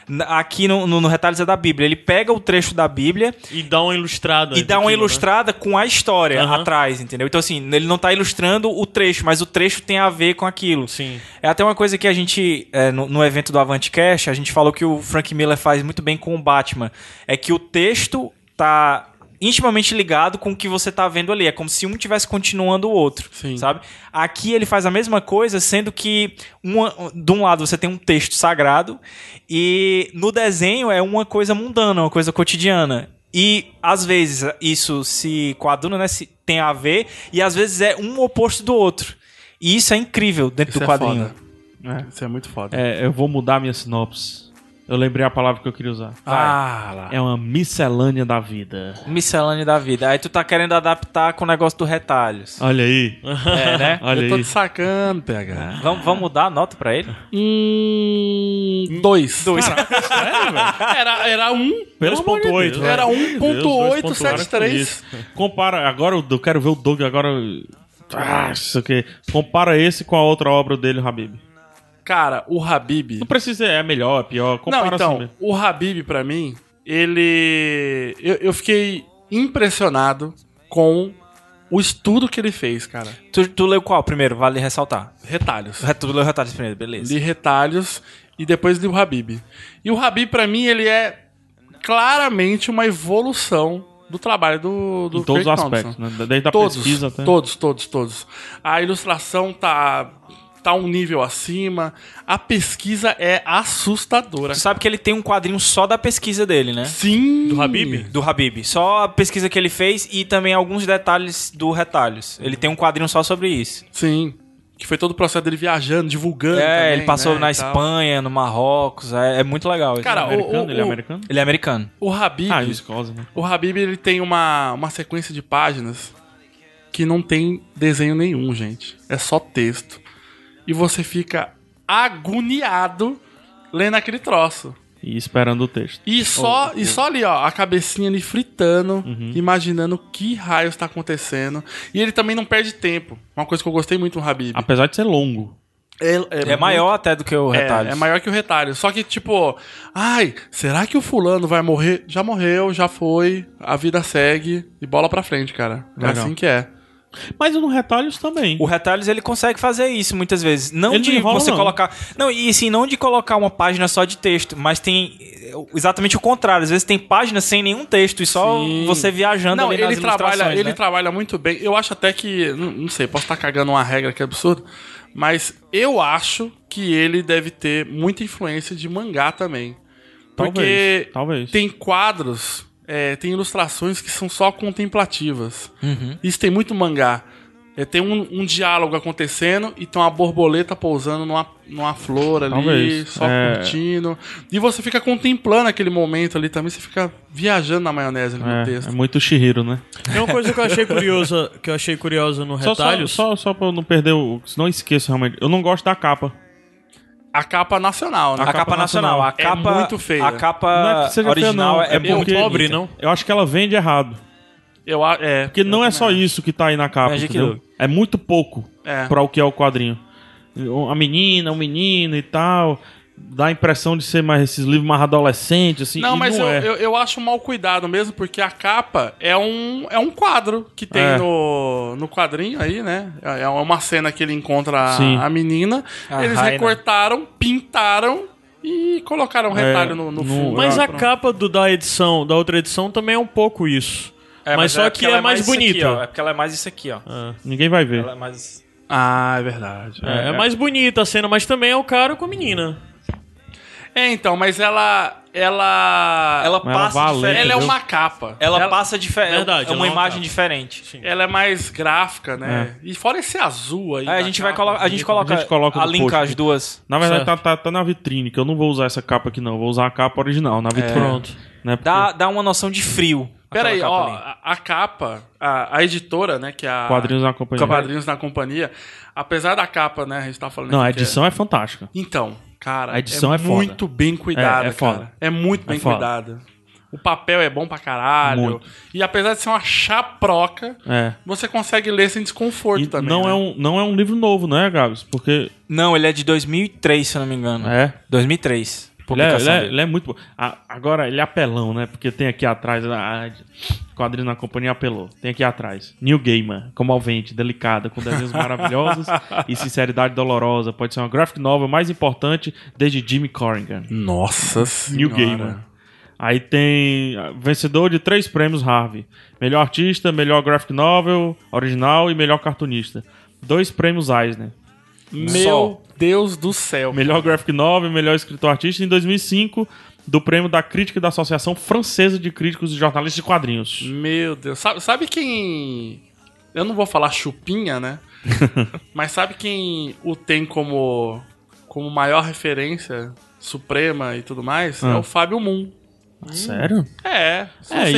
Na- Aqui no, no, no Retalhos é da Bíblia. Ele pega o trecho da Bíblia
E dá uma ilustrada.
e dá uma
daquilo, né?
ilustrada com a história
Aham.
atrás, entendeu? Então, assim, ele não tá ilustrando o trecho, mas o trecho tem a ver com aquilo.
Sim.
É até uma coisa que a gente, é, no, no evento do Avante Cash, a gente falou que o Frank Miller faz muito bem com o Batman. É que o texto tá intimamente ligado com o que você tá vendo ali. É como se um tivesse continuando o outro,
Sim.
sabe? Aqui ele faz a mesma coisa, sendo que uma, de um lado você tem um texto sagrado e no desenho é uma coisa mundana, uma coisa cotidiana. E às vezes isso se coaduna, né? Se tem a ver, e às vezes é um oposto do outro. E isso é incrível dentro
Isso
do
é
quadrinho.
foda. Isso é muito foda.
É, eu vou mudar minha sinopse. Eu lembrei a palavra que eu queria usar.
Ah, lá.
É uma miscelânea da vida.
Miscelânea da vida. Aí tu tá querendo adaptar com o negócio do retalhos.
Olha aí.
É, né?
Olha
eu tô
aí.
te sacando, PH.
Vamos, vamos mudar a nota pra ele?
Hum. Dois.
Dois.
Ah,
Era, era um.
Um, Pelo amor de Deus, um
2.8.
velho.
Era
Deus,
1.873.
2.873. Compara, agora eu eu quero ver o Doug agora. Ah, isso aqui. Compara esse com a outra obra dele, o Habib.
Cara, o Habib.
Não precisa, é melhor, é pior. Compara
Não, então,
assim mesmo.
o Habib, pra mim, ele. Eu, eu fiquei impressionado com o estudo que ele fez, cara.
Tu, tu leu qual primeiro? Vale ressaltar.
Retalhos.
Tu leu retalhos primeiro, beleza.
Li retalhos e depois li o Habib. E o Habib, pra mim, ele é claramente uma evolução do trabalho do, do
Em todos os
Craig Thompson.
aspectos, né? Desde a
todos,
pesquisa até.
todos, todos, todos. A ilustração tá tá um nível acima. A pesquisa é assustadora.
Tu sabe que ele tem um quadrinho só da pesquisa dele, né?
Sim.
Do Habib?
Do Habib. Só a pesquisa que ele fez e também alguns detalhes do retalhos. Ele tem um quadrinho só sobre isso.
Sim. Que foi todo o processo dele viajando, divulgando.
é,
também,
ele passou
né,
na
e tal.
Espanha, no Marrocos. É, é muito legal isso.
Cara,
Ele é americano?
o-
ele é
o-
americano?
Ele é americano.
O Habib,
Ah, em Wisconsin, né?
o Habib ele tem uma, uma sequência de páginas que não tem desenho nenhum, gente. É só texto. E você fica agoniado lendo aquele troço.
E esperando o texto.
E só, e só ali, ó, a cabecinha ali fritando,
Uhum.
imaginando que raio está acontecendo. E ele também não perde tempo. Uma coisa que eu gostei muito no Habib.
Apesar de ser longo.
É,
É maior até do que o
É,
retalhos.
é maior que o retalho. Só que, tipo, ai, será que o fulano vai morrer? Já morreu, já foi, a vida segue e bola pra frente, cara. É
Legal.
assim que é.
Mas no Retalhos também.
O Retalhos ele consegue fazer isso muitas vezes. Não
Ele
de
não enrola,
você
não.
colocar. Não, e assim, não de colocar uma página só de texto, mas tem eh, exatamente o contrário. Às vezes tem páginas sem nenhum texto e só
Sim.
você viajando
Não,
ali nas
ele trabalha,
ilustrações,
ele
né?
trabalha muito bem. Eu acho até que, não, não sei, posso estar cagando uma regra que é absurdo, mas eu acho que ele deve ter muita influência de mangá também.
Talvez,
Porque
talvez.
tem quadros, é, tem ilustrações que são só contemplativas. Isso tem muito mangá. É, tem um, um diálogo acontecendo e tem uma borboleta pousando numa, numa flor ali,
Talvez,
só
é.
curtindo. E você fica contemplando aquele momento ali também, você fica viajando na maionese ali no texto.
É, é muito Shihiro, né?
Tem É uma coisa que eu achei curiosa, que eu achei curiosa no
Só, só,
Retalhos.
só, só pra eu não perder o. Não esqueço realmente. Eu não gosto da capa.
A capa nacional, né?
A, capa, nacional. A
É
capa,
muito feia.
A capa
Não é que seja feia,
original
não.
é,
É
bonita.
porque-
Pobre, não?
Eu acho que ela vende errado.
Eu, a- é,
Porque não é só isso que tá aí na capa,
Mas,
entendeu?
Jequilo-
É muito pouco
É.
pra o que é o quadrinho. A menina, o menino e tal. Dá a impressão de ser mais esses livros mais adolescentes, assim.
Não,
e
mas
não
eu,
é.
eu, eu acho mal cuidado mesmo, porque a capa é um, é um quadro que tem
É.
no, no quadrinho aí, né? É é uma cena que ele encontra
Sim.
a, a menina.
A
eles
Raina.
recortaram, pintaram e colocaram um retalho no,
no-
no fundo.
Mas
lá,
a
pronto.
capa do, da edição, da outra edição, também é um pouco isso. mas, só que
porque
é,
ela
mais
isso aqui, ó.
bonita.
é porque ela é mais isso aqui, ó.
Ninguém vai ver.
Ela é mais...
Ah, é verdade.
É, é mais bonita a cena, mas também é o cara com a menina.
É, então, mas ela. Ela.
Ela
Mas ela
passa
vale,
diferente.
ela é
entendeu?
uma capa.
Ela, passa diferente.
Verdade,
É
ela
uma
é uma
imagem
capa.
diferente.
Ela é mais gráfica, né? E fora esse azul aí.
Aí a
da
gente vai
capa,
colocar. A gente coloca,
A gente coloca
a
no
link
post.
as duas.
Na verdade, tá,
Certo.
tá, tá na vitrine, que eu não vou usar essa capa aqui, não. Eu Vou usar a capa original,
É.
na vitrine.
Pronto.
Né? Porque-
Dá, dá uma noção de frio. aquela
Peraí,
capa
ó,
ali.
a, a capa, a, a editora, né, que é a...
Quadrinhos na Companhia.
Quadrinhos na Companhia, apesar da capa, né, a gente tá falando...
Não,
isso
a
aqui,
edição é fantástica.
é- Então, cara,
A edição
é,
é foda.
muito bem cuidada,
É, é foda.
cara. É muito bem
foda.
cuidada. O papel é bom pra caralho.
Muito.
E apesar de ser uma chaproca,
É.
você consegue ler sem desconforto
E
também,
não,
né?
é um, não é um livro novo, né, Gabs? Porque.
Não, ele é de 2003, se eu não me engano.
É.
2003.
Ele é, ele
Publicação
é-
dele.
ele é muito bom. Ah, agora, ele é apelão, né? Porque tem aqui atrás. A, a- quadrinho na companhia apelou. Tem aqui atrás. New Gamer, comovente, delicada, com desenhos maravilhosos e sinceridade dolorosa. Pode ser uma graphic novel mais importante desde Jimmy Corrigan.
Nossa
New
senhora.
Gamer. Aí tem ah, vencedor de três prêmios Harvey: melhor artista, melhor graphic novel original e melhor cartunista. Dois prêmios Eisner.
Meu Deus do céu.
Melhor graphic novel, melhor escritor artista em 2005 do prêmio da crítica da Associação Francesa de Críticos e Jornalistas de Quadrinhos.
Meu Deus. Sabe, sabe quem. Eu não vou falar chupinha, né? Mas sabe quem o tem como, como maior referência suprema e tudo mais? É o Fábio Moon.
Sério?
É. Se
Ah. É, e
você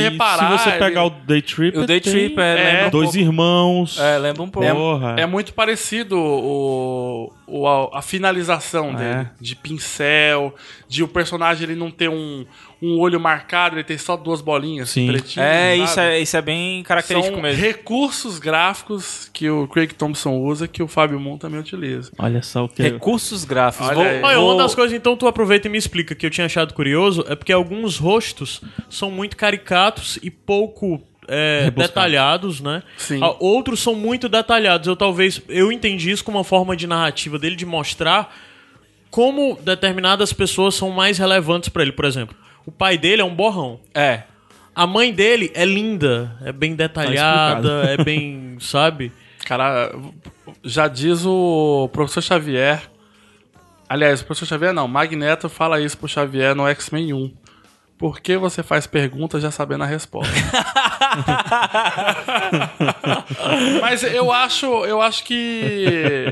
se
reparar.
você
ele-
pegar o Day Trip,
O Day
tem
Trip é,
É.
lembra um
dois
pouco-
irmãos.
É, lembra um pouco.
Porra.
É muito parecido o, o- a, a finalização
Ah, é?
dele. De pincel, de o personagem ele não ter um, um olho marcado, ele tem só duas bolinhas
Sim.
pretinhas.
É,
sabe?
isso é, isso é bem característico
São
mesmo.
recursos gráficos que o Craig Thompson usa que o Fábio Moon também utiliza.
Olha só o que.
Recursos gráficos.
Olha
Vou-
aí.
Olha,
vou-
uma das coisas, então, tu aproveita e me explica, que eu tinha achado curioso, é porque alguns rostos são muito caricatos e pouco é,
Rebuscados.
detalhados, né?
Sim.
Ah, Outros são muito detalhados. Eu talvez, eu entendi isso como uma forma de narrativa dele, de mostrar como determinadas pessoas são mais relevantes pra ele. Por exemplo, o pai dele é um borrão.
É.
A mãe dele é linda, é bem
Tá
detalhada,
explicado.
é bem, sabe?
Cara, já diz o professor Xavier. Aliás, o professor Xavier não, Magneto fala isso pro Xavier no X-Men 1. Por que você faz perguntas já sabendo a resposta? Mas eu acho, eu acho que.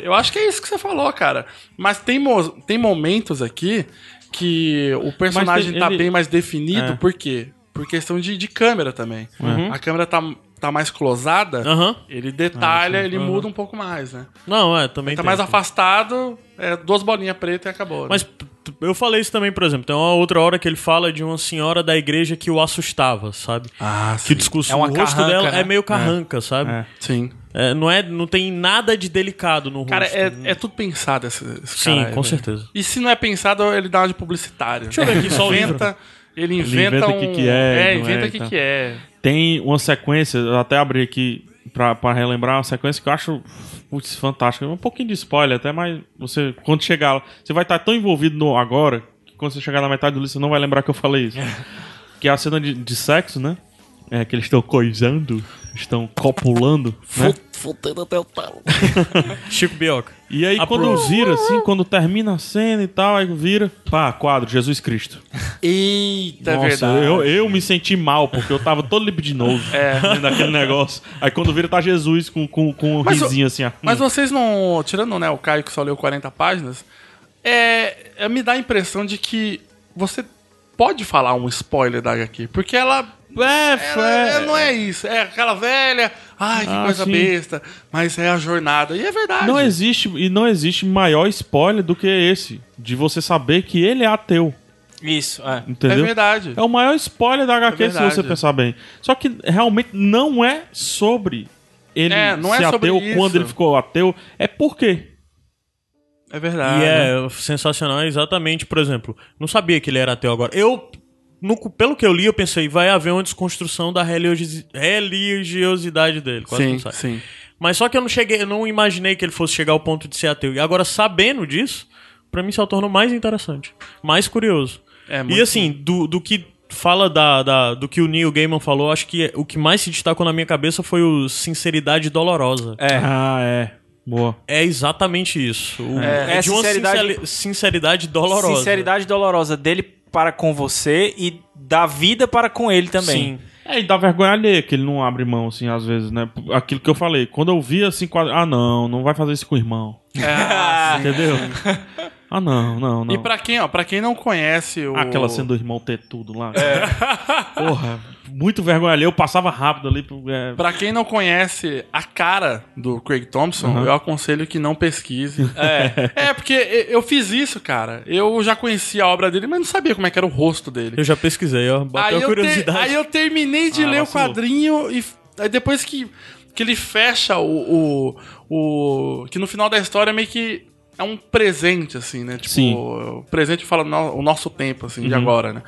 Eu acho que é isso que você falou, cara. Mas tem, mo- tem momentos aqui que o personagem
ele-
tá
ele-
bem mais definido,
É.
por quê? Por questão de, de câmera também. A câmera tá, tá mais closada,
Uhum. Aham. Ah,
ele detalha, ele muda um pouco mais, né?
Não, é, também
Tá
tem
mais
isso.
afastado, é duas bolinhas pretas e acabou. né?
Mas p- p- eu falei isso também, por exemplo. Tem uma outra hora que ele fala de uma senhora da igreja que o assustava, sabe?
Ah,
Que o discurso,
É uma
o rosto
carranca,
dela
né?
é meio carranca, sabe?
É.
Sim.
É, não, é, não tem nada de delicado no
Cara,
rosto.
é, é tudo pensado esse, esse
né? Sim,
cara aí,
com
velho.
certeza.
E se não é pensado, ele dá uma de publicitário.
Deixa eu ver aqui só o livro.
inventa, Ele inventa
inventa o
um...
que que é,
É,
não
inventa
é,
o que,
então.
que é.
Tem uma sequência, eu até abri aqui pra, pra relembrar, uma sequência que eu acho putz, fantástica. Um pouquinho de spoiler até, mas você, quando chegar lá, você vai estar tão envolvido no agora que quando você chegar na metade do livro você não vai lembrar que eu falei isso. que é a cena de, de sexo, né? É, que eles estão coisando, estão copulando, né?
Fudendo até o talo.
Chico Bioca.
E aí quando
Apro-
vira, assim, quando termina a cena e tal, aí vira, pá, quadro, Jesus Cristo.
Eita, é
Nossa,
verdade.
eu, eu me senti mal, porque eu tava todo libidinoso
É.
naquele negócio. Aí quando vira, tá Jesus com, com, com um
Mas o-
risinho assim. ó.
Mas vocês não... Tirando né, o Caio, que só leu 40 páginas, é, é- me dá a impressão de que você pode falar um spoiler da HQ, porque ela
É,
Ela-
é,
ela não é isso. É aquela velha. Ai, que
Ah,
coisa
sim.
besta. Mas é a jornada. E é verdade.
Não existe, e não existe maior spoiler do que esse, de você saber que ele é ateu,
Isso, é.
É
entendeu?
verdade.
É o maior spoiler da HQ, se
verdade.
você pensar bem. Só que realmente não é sobre ele
É, não é
ser
sobre
ateu,
isso.
quando ele ficou ateu, é por quê. um
É verdade.
e é sensacional, exatamente. Por exemplo, não sabia que ele era ateu agora. Eu, no- pelo que eu li, eu pensei, vai haver uma desconstrução da religiosi- religiosidade dele. Quase
Sim,
não sai.
sim.
Mas só que eu não cheguei, eu não imaginei que ele fosse chegar ao ponto de ser ateu. E agora, sabendo disso, pra mim só tornou mais interessante, mais curioso.
É,
e
muito-
assim, do, do que fala da, da- do que o Neil Gaiman falou, acho que o que mais se destacou na minha cabeça foi o sinceridade dolorosa.
É.
Ah, é. Boa.
É exatamente isso. O-
É,
é, de uma
sinceridade-
sinceri- sinceridade dolorosa.
Sinceridade dolorosa dele para com você e da vida para com ele
Sim.
também.
É, e dá vergonha alheia que ele não abre mão, assim, às vezes, né? Aquilo que eu falei, quando eu vi assim, quadro... ah, não, não vai fazer isso com o irmão.
Ah, sim.
Entendeu? ah, não, não, não.
E pra quem, ó, pra quem não conhece o. É.
Aquela cena do irmão ter tudo lá. Porra, muito vergonha alheia. Eu passava rápido ali. pro- É...
Pra quem não conhece a cara do Craig Thompson, eu aconselho que não pesquise. É. é, porque e- eu fiz isso, cara. Eu já conhecia a obra dele, mas não sabia como é que era o rosto dele.
Eu já pesquisei, ó. Bateu
Aí
a
eu, te-
curiosidade.
aí eu terminei de
Ah,
ler o
vacilou.
quadrinho e f- aí depois que, que ele fecha o, o, o- Que no final da história meio que é um presente, assim, né? Tipo,
Sim. Uhum.
o presente fala no- o nosso tempo, assim, de agora, né?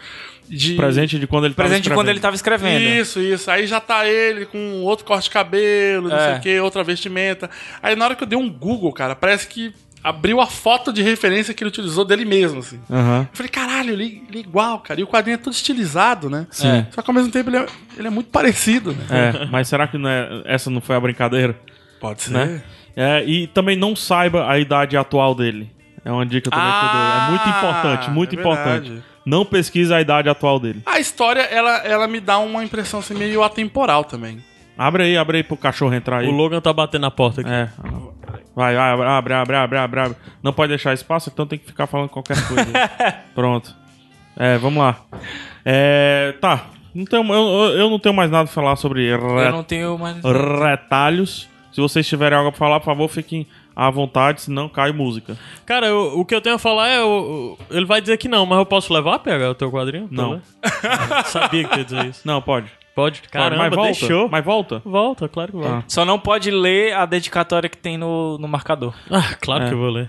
De,
Presente de quando ele tava
Presente de quando ele
escrevendo.
estava escrevendo.
isso, isso. Aí já tá ele com outro corte de cabelo, não
É.
sei o que, outra vestimenta. Aí na hora que eu dei um Google, cara, parece que abriu a foto de referência que ele utilizou dele mesmo, assim.
Aham.
Eu falei, caralho, ele, ele é igual, cara. E o quadrinho é todo estilizado, né?
Sim. É.
Só que ao mesmo tempo ele é, ele é muito parecido, né?
É, mas será que não é- essa não foi a brincadeira?
Pode ser.
Né? É, e também não saiba a idade atual dele. É uma dica também
Ah,
que eu dou. É muito importante, muito
é
importante.
verdade.
Não pesquise a idade atual dele.
A história, ela, ela me dá uma impressão assim, meio atemporal também.
Abre aí, abre aí pro cachorro entrar aí.
O Logan tá batendo na porta aqui.
É. Vai, vai, abre, abre, abre, abre, abre. Não pode deixar espaço, então tem que ficar falando qualquer coisa. Pronto. É, vamos lá. É, tá. Não tenho, eu, eu- eu não tenho mais nada pra falar sobre
Eu
re-
não tenho mais.
retalhos. Se vocês tiverem algo pra falar, por favor, fiquem à vontade, senão cai música.
Cara, eu- o que eu tenho a falar é. o- o- ele vai dizer que não, mas eu posso levar, pegar o teu quadrinho? Tá
Não.
vendo? Sabia que tu ia dizer isso.
Não, pode.
Pode? Caramba,
pode. Mas volta.
deixou.
Mas volta.
Volta, claro que volta.
Só não pode ler a dedicatória que tem no, no marcador.
Ah, claro
É.
que eu vou ler.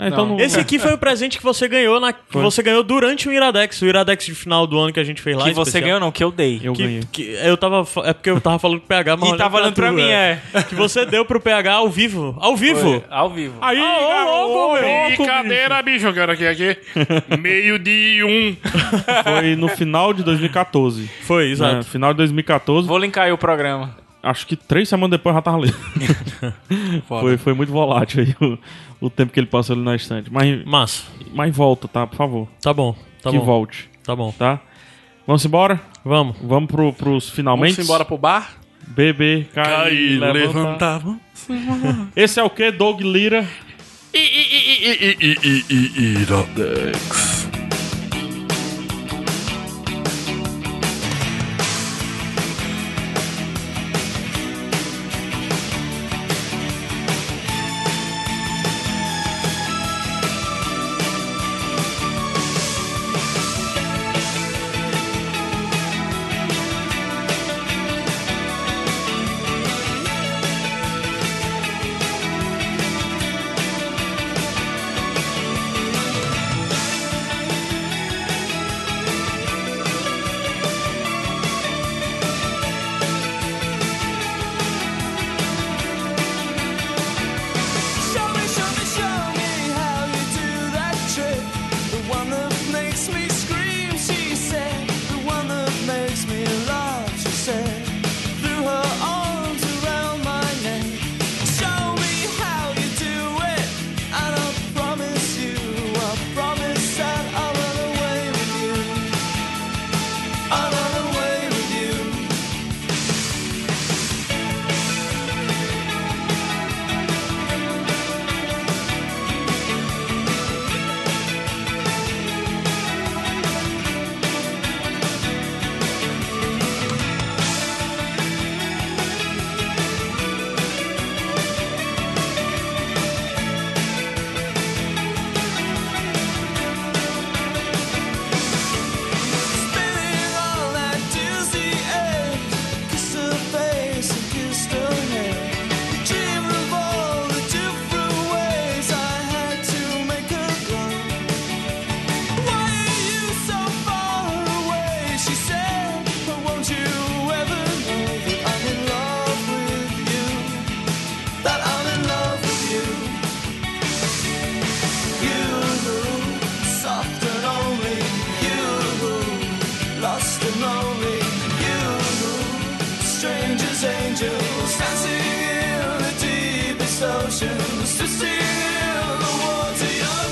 É, então não.
Esse aqui foi o presente que você ganhou na, que
Foi.
você ganhou durante o Iradex, o Iradex de final do ano que a gente fez lá.
que você
especial.
ganhou, não, que eu dei.
Eu ganhei.
Que, que- eu tava. fa- É porque eu tava falando com o PH, mas
E tava olhando pra
tu,
mim, é.
Que você deu pro PH ao vivo. Ao vivo!
Foi, Ao vivo.
Aí,
ô,
garoto, bicho.
bicho, cara, aqui, aqui. Meio de um.
Foi no final de 2014.
Foi,
Né?
exato.
Final de 2014.
Vou linkar aí o programa.
Acho que três semanas depois eu já tava lendo. foi, foi muito volátil aí o, o tempo que ele passou ali na estante.
É.
Mas,
Massa.
mas volta, tá? Por favor.
Tá bom. Tá
que
bom.
volte,
Tá bom.
tá? Vamos embora?
Vamos.
Vamos pro, pros finalmente?
Vamos embora pro bar?
Bebê, cair,
Aí,
levantar.
levantava.
Esse é o que, Doug Lira?
Iradex.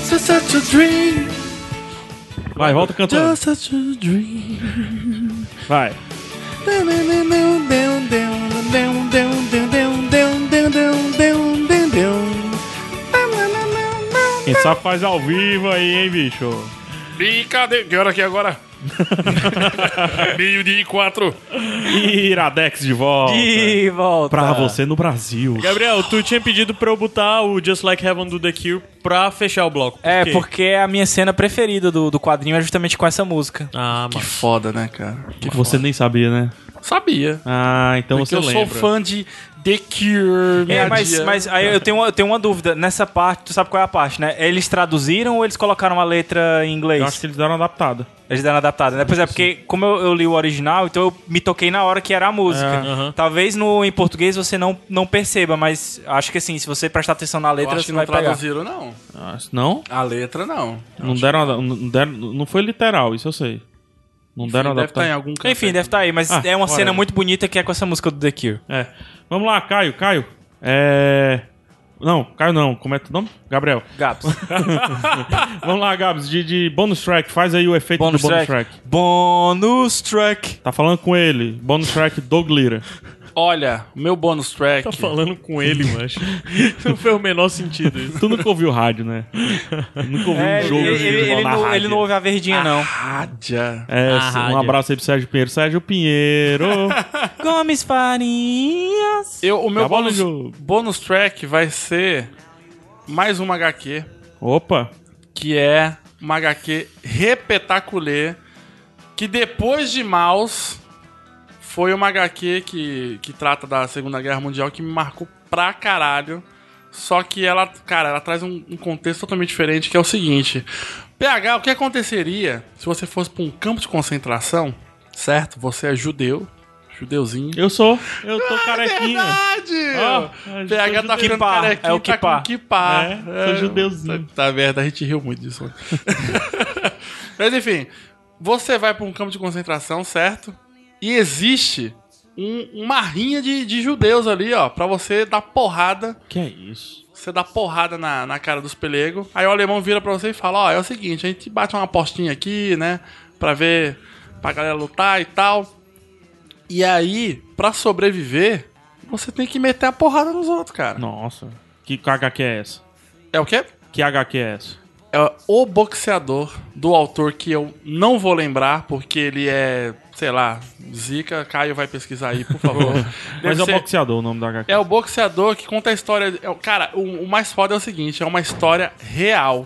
Just such a dream,
Vai, volta cantando.
just such a dream.
Vai. Quem sabe faz ao vivo aí, hein, bicho?
Brincadeira. Que hora que é agora? Meio dia e quatro.
Iradex de volta. Ah.
E volta.
Pra você no Brasil.
Gabriel, tu tinha pedido pra eu botar o Just Like Heaven do The Cure pra fechar o bloco. Por
É,
quê?
porque a minha cena preferida do, do quadrinho é justamente com essa música.
Ah,
Que
mano.
foda, né, cara?
Que você nem sabia, né?
Sabia.
Ah, então
Porque
você
eu
lembra.
sou fã de The Cure, minha
É, mas,
dia.
mas aí eu tenho, uma- eu tenho uma dúvida. Nessa parte, tu sabe qual é a parte, né? Eles traduziram ou eles colocaram a letra em inglês?
Eu acho que eles deram uma adaptada.
Eles deram adaptada, né? Pois é, porque como eu, eu li o original, então eu me toquei na hora que era a música.
É,
aham.
Talvez no em português você não, não perceba, mas acho que assim, se você prestar atenção na
Eu
letra,
acho
você
que
vai
não
pegar.
traduziram, não.
Ah, não?
A letra, não.
Não deram, uma- não deram. Não foi literal, isso eu sei. Não deram
Deve estar em
adaptada.
algum canto.
Enfim, deve estar aí, mas
Ah,
é uma cena
whatever.
muito bonita que é com essa música do The Cure.
É. Vamos lá, Caio, Caio. É. Não, Caio não. Como é teu nome? Gabriel.
Gatos.
Vamos lá, Gabs, de, de bonus track. Faz aí o efeito
Bônus
do bonus
track.
track.
Bônus track.
Tá falando com ele. Bonus track Doug Lira.
Olha, o meu bônus track.
Tá falando com ele, mano. Não foi o menor sentido isso.
Tu nunca ouviu rádio, né? nunca ouviu
É,
um
ele,
jogo
ele-
de
ele
futebol na
não,
rádio. Ah,
ele não ouve a verdinha, não.
Rádia.
É,
Ah,
sim, um
rádio.
abraço aí pro Sérgio Pinheiro. Sérgio Pinheiro.
Gomes Farinhas.
Eu, o meu
Acabou
bônus,
no jogo.
bônus track vai ser mais um uma HQ,
Opa.
que é uma HQ repetaculê, que depois de Maus, foi uma HQ que, que trata da Segunda Guerra Mundial que me marcou pra caralho. Só que ela, cara, ela traz um, um contexto totalmente diferente, que é o seguinte. PH, o que aconteceria se você fosse pra um campo de concentração, certo? Você é judeu, judeuzinho.
Eu sou. Eu tô carequinha. Ó,
Verdade!
a gente
PH
foi
tá
judeu.
ficando
Kipá,
carequinha,
é o
tá
Kipá.
com kipá.
É, sou judeuzinho.
Tá, tá merda, a gente riu muito disso. ontem. Mas enfim, você vai pra um campo de concentração, certo? E existe um, uma rinha de, de judeus ali, ó, pra você dar porrada
Que é isso?
você dá porrada na, na cara dos pelego. Aí o alemão vira pra você e fala: Ó, é o seguinte, a gente bate uma apostinha aqui, né? Pra ver, pra galera lutar e tal. E aí, pra sobreviver, você tem que meter a porrada nos outros, cara.
Nossa. Que HQ é essa?
É o quê?
Que HQ é essa?
É o boxeador do autor que eu não vou lembrar, porque ele é, sei lá, Zica. Caio vai pesquisar aí, por favor.
Mas
Deve
é o
ser-
boxeador o nome da HQ.
É o boxeador que conta a história. é o- Cara, o, o mais foda é o seguinte: é uma história real.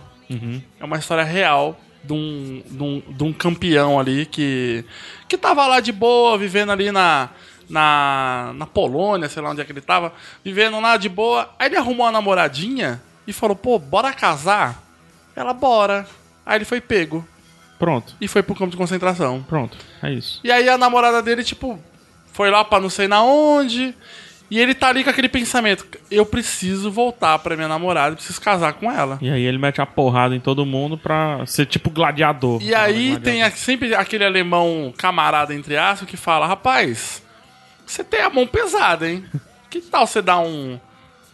É uma história real de um, de um, de um campeão ali que. que tava lá de boa, vivendo ali na. Na, na Polônia, sei lá onde é que ele tava, vivendo lá de boa. Aí ele arrumou uma namoradinha e falou: pô, bora casar? Ela, bora. Aí ele foi pego
Pronto.
e foi pro campo de concentração.
Pronto. É isso.
E aí a namorada dele, tipo, foi lá pra não sei na onde. E ele tá ali com aquele pensamento: eu preciso voltar pra minha namorada, eu preciso casar com ela.
E aí ele mete a porrada em todo mundo pra ser tipo gladiador.
E aí tem a- sempre aquele alemão camarada entre aspas que fala: rapaz, você tem a mão pesada, hein? Que tal você dar um.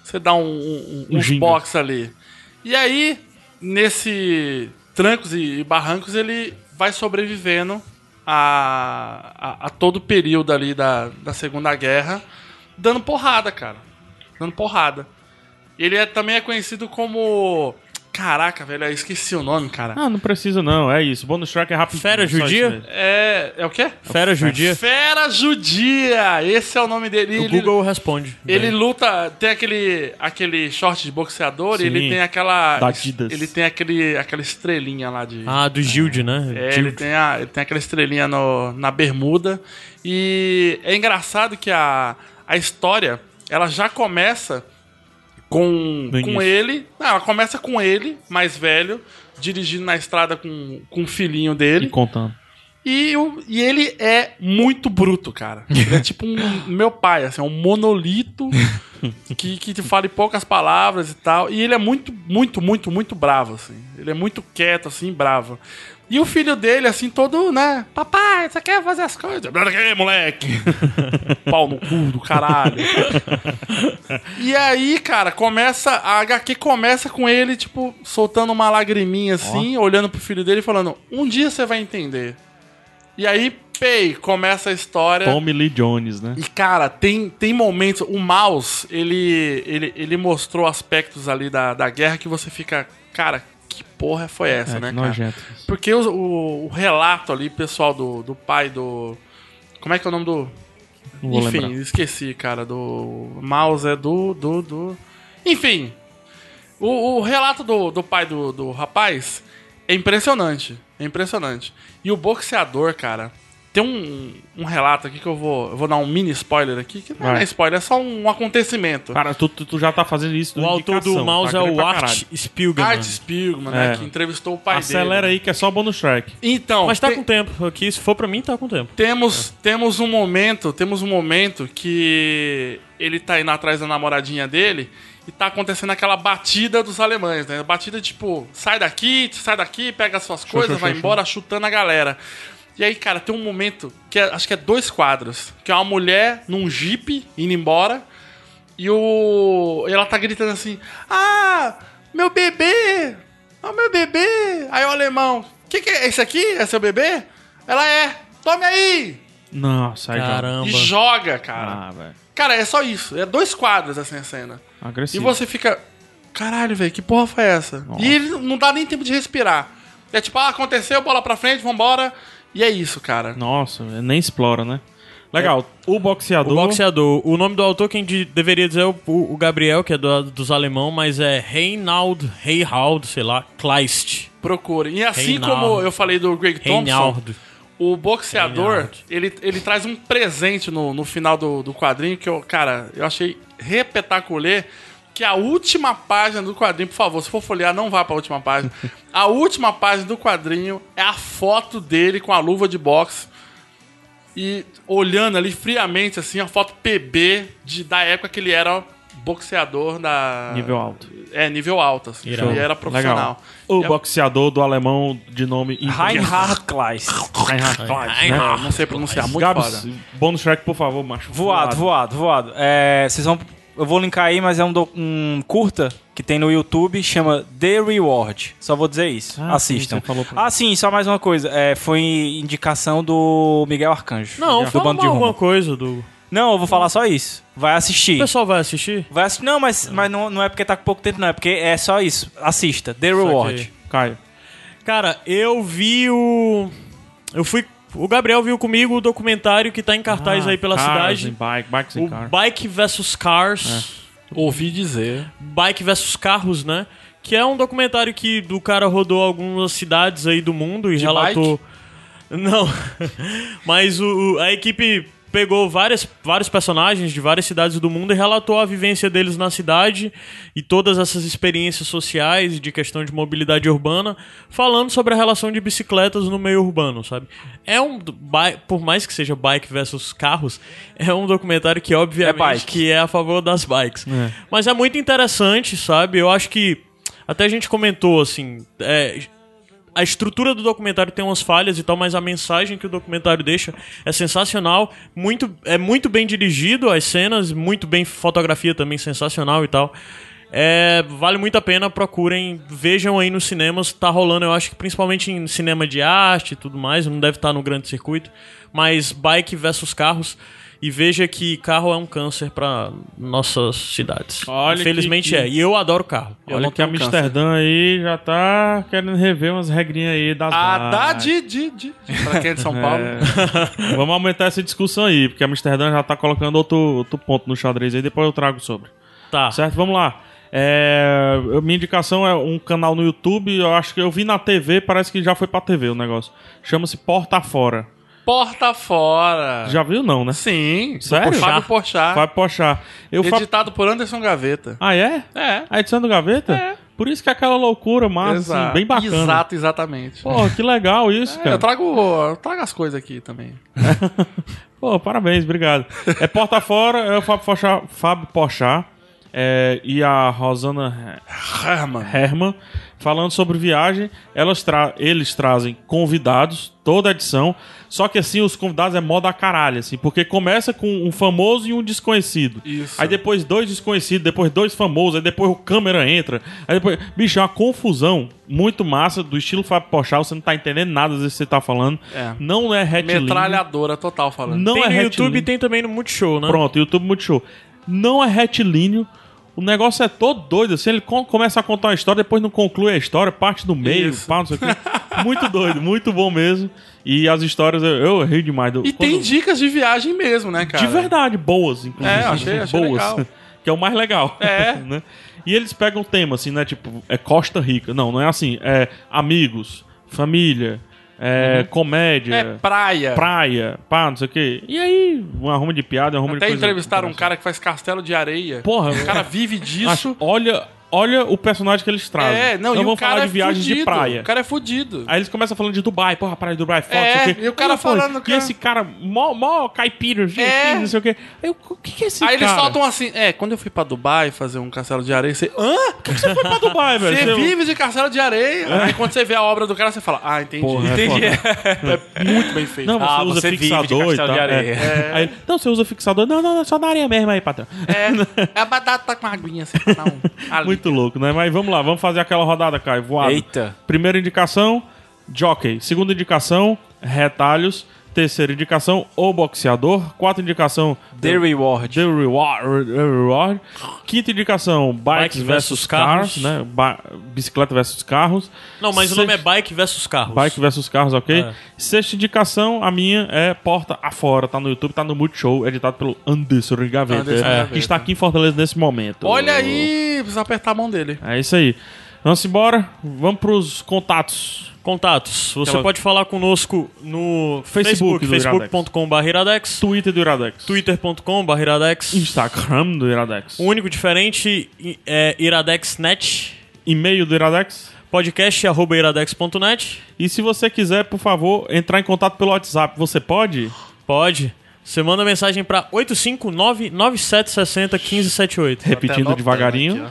Você dar um, um,
Um
um uns
ginga.
box ali? E aí, nesse trancos e e barrancos, ele vai sobrevivendo a, a, a todo o período ali da, da Segunda Guerra, dando porrada, cara. Dando porrada. Ele é, também é conhecido como. Caraca, velho, eu esqueci o nome, cara.
Ah, não precisa não. É isso. Bonus track é rápido.
Fera
Só isso
judia?
mesmo.
É. É o quê?
Fera judia.
Fera Judia! Esse é o nome dele.
O
ele,
Google responde. Bem.
ele luta. Tem aquele, aquele short de boxeador
Sim,
e ele tem aquela.
da Adidas.
Ele tem aquele, aquela estrelinha lá de.
Ah, do Gilde, né?
É,
Gilde.
ele tem, a, ele tem aquela estrelinha no- na bermuda. E é engraçado que a, a história, ela já começa com,
No
com
início.
ele. Não, ela começa com ele, mais velho, dirigindo na estrada com, com o filhinho
E
dele.
contando.
E, o- e ele é muito bruto, cara. Ele é tipo um meu pai, assim, um monolito que, que te fala em poucas palavras e tal. E ele é muito, muito, muito, muito bravo, assim. Ele é muito quieto, assim, bravo. E o filho dele, assim, todo, né? Papai, você quer fazer as coisas? Olha aqui, moleque! Pau no cu do caralho. e aí, cara, começa. A HQ começa com ele, tipo, soltando uma lagriminha assim, olhando pro filho dele e falando: Um dia você vai entender. E aí, pei, começa a história.
Tommy Lee Jones, né?
E, cara, tem, tem momentos. O Mouse, ele, ele, ele mostrou aspectos ali da, da guerra que você fica. Cara, que porra foi essa,
É,
né,
que
cara?
nojento.
Porque o, o- o relato ali, pessoal, do, do pai do. Como é que é o nome do.
Não vou
Enfim,
lembrar.
esqueci, cara. Do. Mouse é do. do, do... Enfim. O, o relato do, do pai do, do rapaz é impressionante. É impressionante. E o boxeador, cara. Tem um, um relato aqui que eu vou. Eu vou dar um mini spoiler aqui, que não
Vai.
é spoiler, é só um acontecimento.
Cara, tu, tu, tu já tá fazendo isso tá
O autor
tá
do mouse é o Art
Art.
Spielman.
Art Spiegelman, né?
É.
Que entrevistou o pai
Acelera
dele.
aí que é só bonus track.
Então,
Mas tá
tem-
com tempo. Aqui, se for pra mim, tá com tempo.
Temos, temos um momento, temos um momento que ele tá indo atrás da namoradinha dele e tá acontecendo aquela batida dos alemães, né? Batida tipo, sai daqui, sai daqui, pega as suas coisas, vai embora chutando a galera. E aí, cara, tem um momento que é- acho que é dois quadros, que é uma mulher num jipe indo embora e o ela tá gritando assim: "Ah, meu bebê! Ah, meu bebê!" Aí o alemão: "Que que é esse aqui? É seu bebê?" Ela é. Tome aí!
Nossa, aí já.
Caramba.
E joga, cara.
Ah, velho.
Cara, é só isso. É dois quadros assim a cena. E
Agressivo.
você fica. Caralho, velho, que porra foi essa? E ele não dá nem tempo de respirar. É tipo, ah, aconteceu, bola pra frente, vambora. E é isso, cara.
Nossa, nem explora, né? Legal, o boxeador.
O boxeador. O nome do autor, quem de- deveria dizer é o, o Gabriel, que é do- dos alemão, mas é Reinald, Reinhold, sei lá, Kleist.
Procurem. E assim
Reinaldo.
como eu falei do Greg Thompson,
Reinaldo.
o boxeador,
Reinaldo.
ele, ele traz um presente no, no final do, do quadrinho que eu, cara, eu achei repetaculê. Que a última página do quadrinho, por favor, se for folhear, não vá pra última página. a última página do quadrinho é a foto dele com a luva de boxe. E olhando ali friamente, assim, a foto PB de, da época que ele era boxeador da.
Nível alto.
É, nível alto. Assim,
Irado.
ele era profissional.
Legal. O
É-
boxeador do alemão de nome
Reinhard Kleist.
Reinhard Klein, né?
Não sei pronunciar, muito
Gabs,
foda.
bônus track, por favor, macho.
Voado, voado, voado. É, vocês vão. Eu vou linkar aí, mas é um, do- um curta que tem no YouTube, chama The Reward. Só vou dizer isso.
Ah, sim,
Assistam.
você falou pra mim.
ah, sim, só mais uma coisa. É, foi indicação do Miguel Arcanjo.
Não,
do
fala
bando
mal
de
alguma
Roma.
coisa do...
Não, eu vou falar só isso. Vai
O
assistir.
pessoal vai assistir?
Vai assi- Não, mas, mas não, não é porque tá com pouco tempo, não. É porque é só isso. Assista. The Reward.
Caio.
Cara, eu vi o... Eu fui... O Gabriel viu comigo o documentário que tá em cartaz
Ah,
aí pela
Ah, Cars
cidade.
and Bike, bikes and
O
Cars.
Bike vs
É.
Cars.
Ouvi dizer.
Bike versus Carros, né? Que é um documentário que do cara rodou algumas cidades aí do mundo e relatou. Não. Mas o, o- a equipe pegou várias, vários personagens de várias cidades do mundo e relatou a vivência deles na cidade e todas essas experiências sociais de questão de mobilidade urbana, falando sobre a relação de bicicletas no meio urbano, sabe? É um do- bi- por mais que seja bike versus carros, é um documentário que obviamente
bike.
que é a favor das bikes. Mas é muito interessante, sabe? Eu acho que até a gente comentou assim, é, a estrutura do documentário tem umas falhas e tal, mas a mensagem que o documentário deixa é sensacional, muito é muito bem dirigido as cenas, muito bem fotografia também sensacional e tal. É, vale muito a pena, procurem, vejam aí nos cinemas, tá rolando, eu acho que principalmente em cinema de arte e tudo mais, não deve estar no grande circuito, mas bike versus carros e veja que carro é um câncer pra nossas cidades.
Olha
Infelizmente
que-
é, e eu adoro carro. Eu
Olha
não
que
tenho é câncer.
Amsterdã aí já tá querendo rever umas regrinhas aí das bikes.
Haddad, Ah, tá de, de, pra quem é de São Paulo.
Vamos aumentar essa discussão aí, porque Amsterdã já tá colocando outro, outro ponto no xadrez aí, depois eu trago sobre.
Tá.
Certo? Vamos lá. É, eu- minha indicação é um canal no YouTube, eu acho que eu vi na TV, parece que já foi pra TV o negócio. Chama-se Porta Fora.
Porta fora.
Já viu não, né?
Sim.
Sério?
Fábio Porchat.
Vai pochar. Eu fa-
Editado por Anderson Gaveta.
Ah, é?
É.
A edição do Gaveta? É. Por isso que é aquela loucura massa, assim, bem bacana.
Exato, exatamente.
Pô, que legal isso,
É, eu,
cara.
trago, eu trago as coisas aqui também.
Pô, parabéns, obrigado. É Porta Fora, é o Fábio Pochá. Fábio Pochá. é, e a Rosana
Herman.
Herman, falando sobre viagem. Elas tra eles trazem convidados, toda a edição. Só que assim, os convidados é moda caralho, assim, porque começa com um famoso e um desconhecido.
Isso.
Aí depois dois desconhecidos, depois dois famosos, aí depois o câmera entra. Aí depois. Bicho, é uma confusão muito massa do estilo Fábio Pochal, você não tá entendendo nada às vezes que você tá falando.
É.
Não é retilíneo.
Metralhadora total falando.
Não
tem
é
no YouTube
retilíneo.
e tem também no Multishow, né?
Pronto, YouTube Multishow. Não é retilíneo. O negócio é todo doido, assim, ele co- começa a contar uma história, depois não conclui a história, parte do meio,
Isso.
pá, não sei o quê. Muito doido, muito bom mesmo. E as histórias, eu, eu rio demais. do-
E
quando-
tem dicas de viagem mesmo, né, cara?
de verdade, boas, inclusive.
É, achei- achei
boas.
legal.
Que é o mais legal.
É.
né? E eles pegam tema, assim, né? Tipo, é Costa Rica. Não, não é assim. É amigos, família, é comédia,
É praia.
praia, pá, não sei o quê. E aí, um arrumo de piada, um arrumo
Até
de coisa.
entrevistaram um cara que faz castelo de areia.
Porra, é.
O cara vive disso.
Acho- olha, olha o personagem que eles trazem.
É, não,
não
e
vão
o cara
falar
é
de viagens
fudido.
de praia.
O cara é fudido.
Aí eles começam falando de Dubai, porra, praia de Dubai, foto,
É,
não sei o quê.
e o cara
Aí, porra,
falando,
E
cara-
esse cara, mó, mó caipira, gente,
É.
não sei o quê. Aí, o que, que é esse
Aí
cara?
eles soltam assim, é, quando eu fui pra Dubai fazer um castelo de areia, você. Hã?
Você foi pra Dubai, velho.
Você
Você-
vive de castelo de areia. Aí quando você vê a obra do cara, você fala, ah, entendi.
Porra, é
entendi. É, muito bem feito.
Não, você
Ah,
usa
você vive de
fixador e
castelo
tal.
de areia.
é. Aí, não, você usa fixador. Não, não, não, só na areia mesmo aí, patrão.
É, é a batata com a aguinha assim, pra dar um. ali.
Muito louco, né? Mas vamos lá, vamos fazer aquela rodada, Caio. Voado.
Eita.
Primeira indicação, jockey. Segunda indicação, retalhos. Terceira indicação, o boxeador. Quarta indicação,
The Reward.
The Reward. The Reward. Quinta indicação, bikes
Bikes
versus
versus
cars,
carros.
né? Ba- bicicleta versus carros.
Não, mas
Sexta-
o nome é Bike versus Carros.
Bike versus carros, ok?
É.
Sexta indicação, a minha é Porta Afora. Tá no YouTube, tá no Multishow, editado pelo Anderson Gaveta,
Anderson
é,
Gaveta.
que está aqui em Fortaleza nesse momento.
Olha aí, precisa apertar a mão dele.
É isso aí. Vamos embora, vamos pros contatos.
Contatos. Você
Aquela-
pode falar conosco no
Facebook
Facebook,
do
facebook.com.br iradex,
Twitter do Iradex.
twitter.com.br iradex,
Instagram do Iradex.
o único diferente é iradexnet,
E-mail do Iradex.
podcast arroba iradex.net.
E se você quiser, por favor, entrar em contato pelo WhatsApp, você pode?
Pode. Você manda mensagem pra 859-9760-1578.
Repetindo
anotando
devagarinho.
aqui,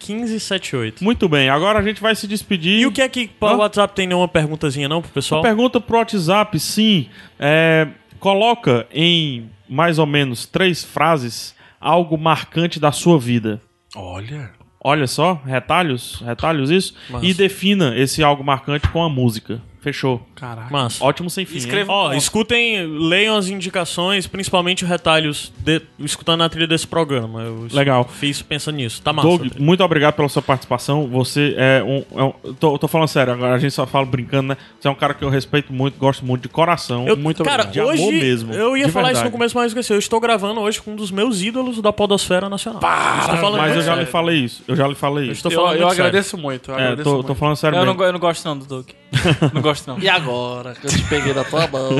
859-9760-1578.
Muito bem, agora a gente vai se despedir.
E o que é que
Hã?
o WhatsApp tem nenhuma perguntazinha não pro pessoal?
Pergunta pro WhatsApp, sim. É, coloca em mais ou menos três frases algo marcante da sua vida.
Olha.
Olha só, retalhos, retalhos isso.
Massa.
E defina esse algo marcante com a música. Fechou.
Caraca.
Massa.
Ótimo sem fim. hein?
Escreva-
Ó,
Bom.
escutem, leiam as indicações, principalmente retalhos, de- escutando a trilha desse programa. Eu es-
Legal.
Fiz pensando nisso. Tá massa.
Doug,
tá?
muito obrigado pela sua participação. Você é um. é um- eu tô, eu tô falando sério, agora a gente só fala brincando, né? Você é um cara que eu respeito muito, gosto muito de coração.
Eu,
muito
cara,
de
hoje
amor mesmo.
eu ia
de
falar isso no
verdade.
começo, mas eu esqueci. Eu estou gravando hoje com um dos meus ídolos da podosfera nacional. estou falando
Mas
muito
eu já
sério.
lhe falei isso. Eu já lhe falei
é Eu
isso.
estou
Eu,
falando
eu
muito sério.
agradeço muito.
É,
Eu agradeço
tô,
muito.
tô falando sério
Eu não,
mesmo.
go- eu não gosto não do Doug. Não gosto não.
E agora que eu te peguei na tua mão?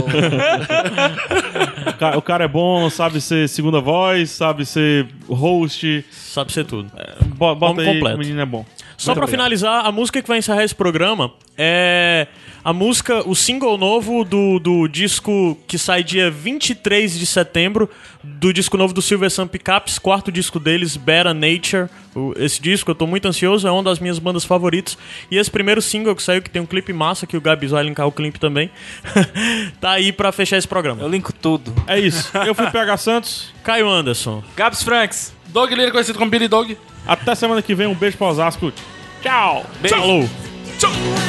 O ca- O cara é bom, sabe ser segunda voz, sabe ser host.
É, Sabe ser tudo.
Bo- Bota
Homem
aí,
completo.
o menino é bom.
Só pra
obrigado.
finalizar, a música que vai encerrar esse programa é a música, o single novo do, do disco que sai dia 23 de setembro, do disco novo do Silver Sun Pickups, quarto disco deles, Better Nature. O- Esse disco eu tô muito ansioso, é uma das minhas bandas favoritas. E esse primeiro single que saiu, que tem um clipe massa, que o Gabs vai linkar o clipe também, tá aí pra fechar esse programa.
Eu linko tudo.
É isso. Eu fui PH Santos.
Caio Anderson.
Gabs Franks.
Dog Lira, conhecido como Billy Dog.
Até semana que vem. Um beijo pro Osasco. Tchau.
Falou!
Tchau.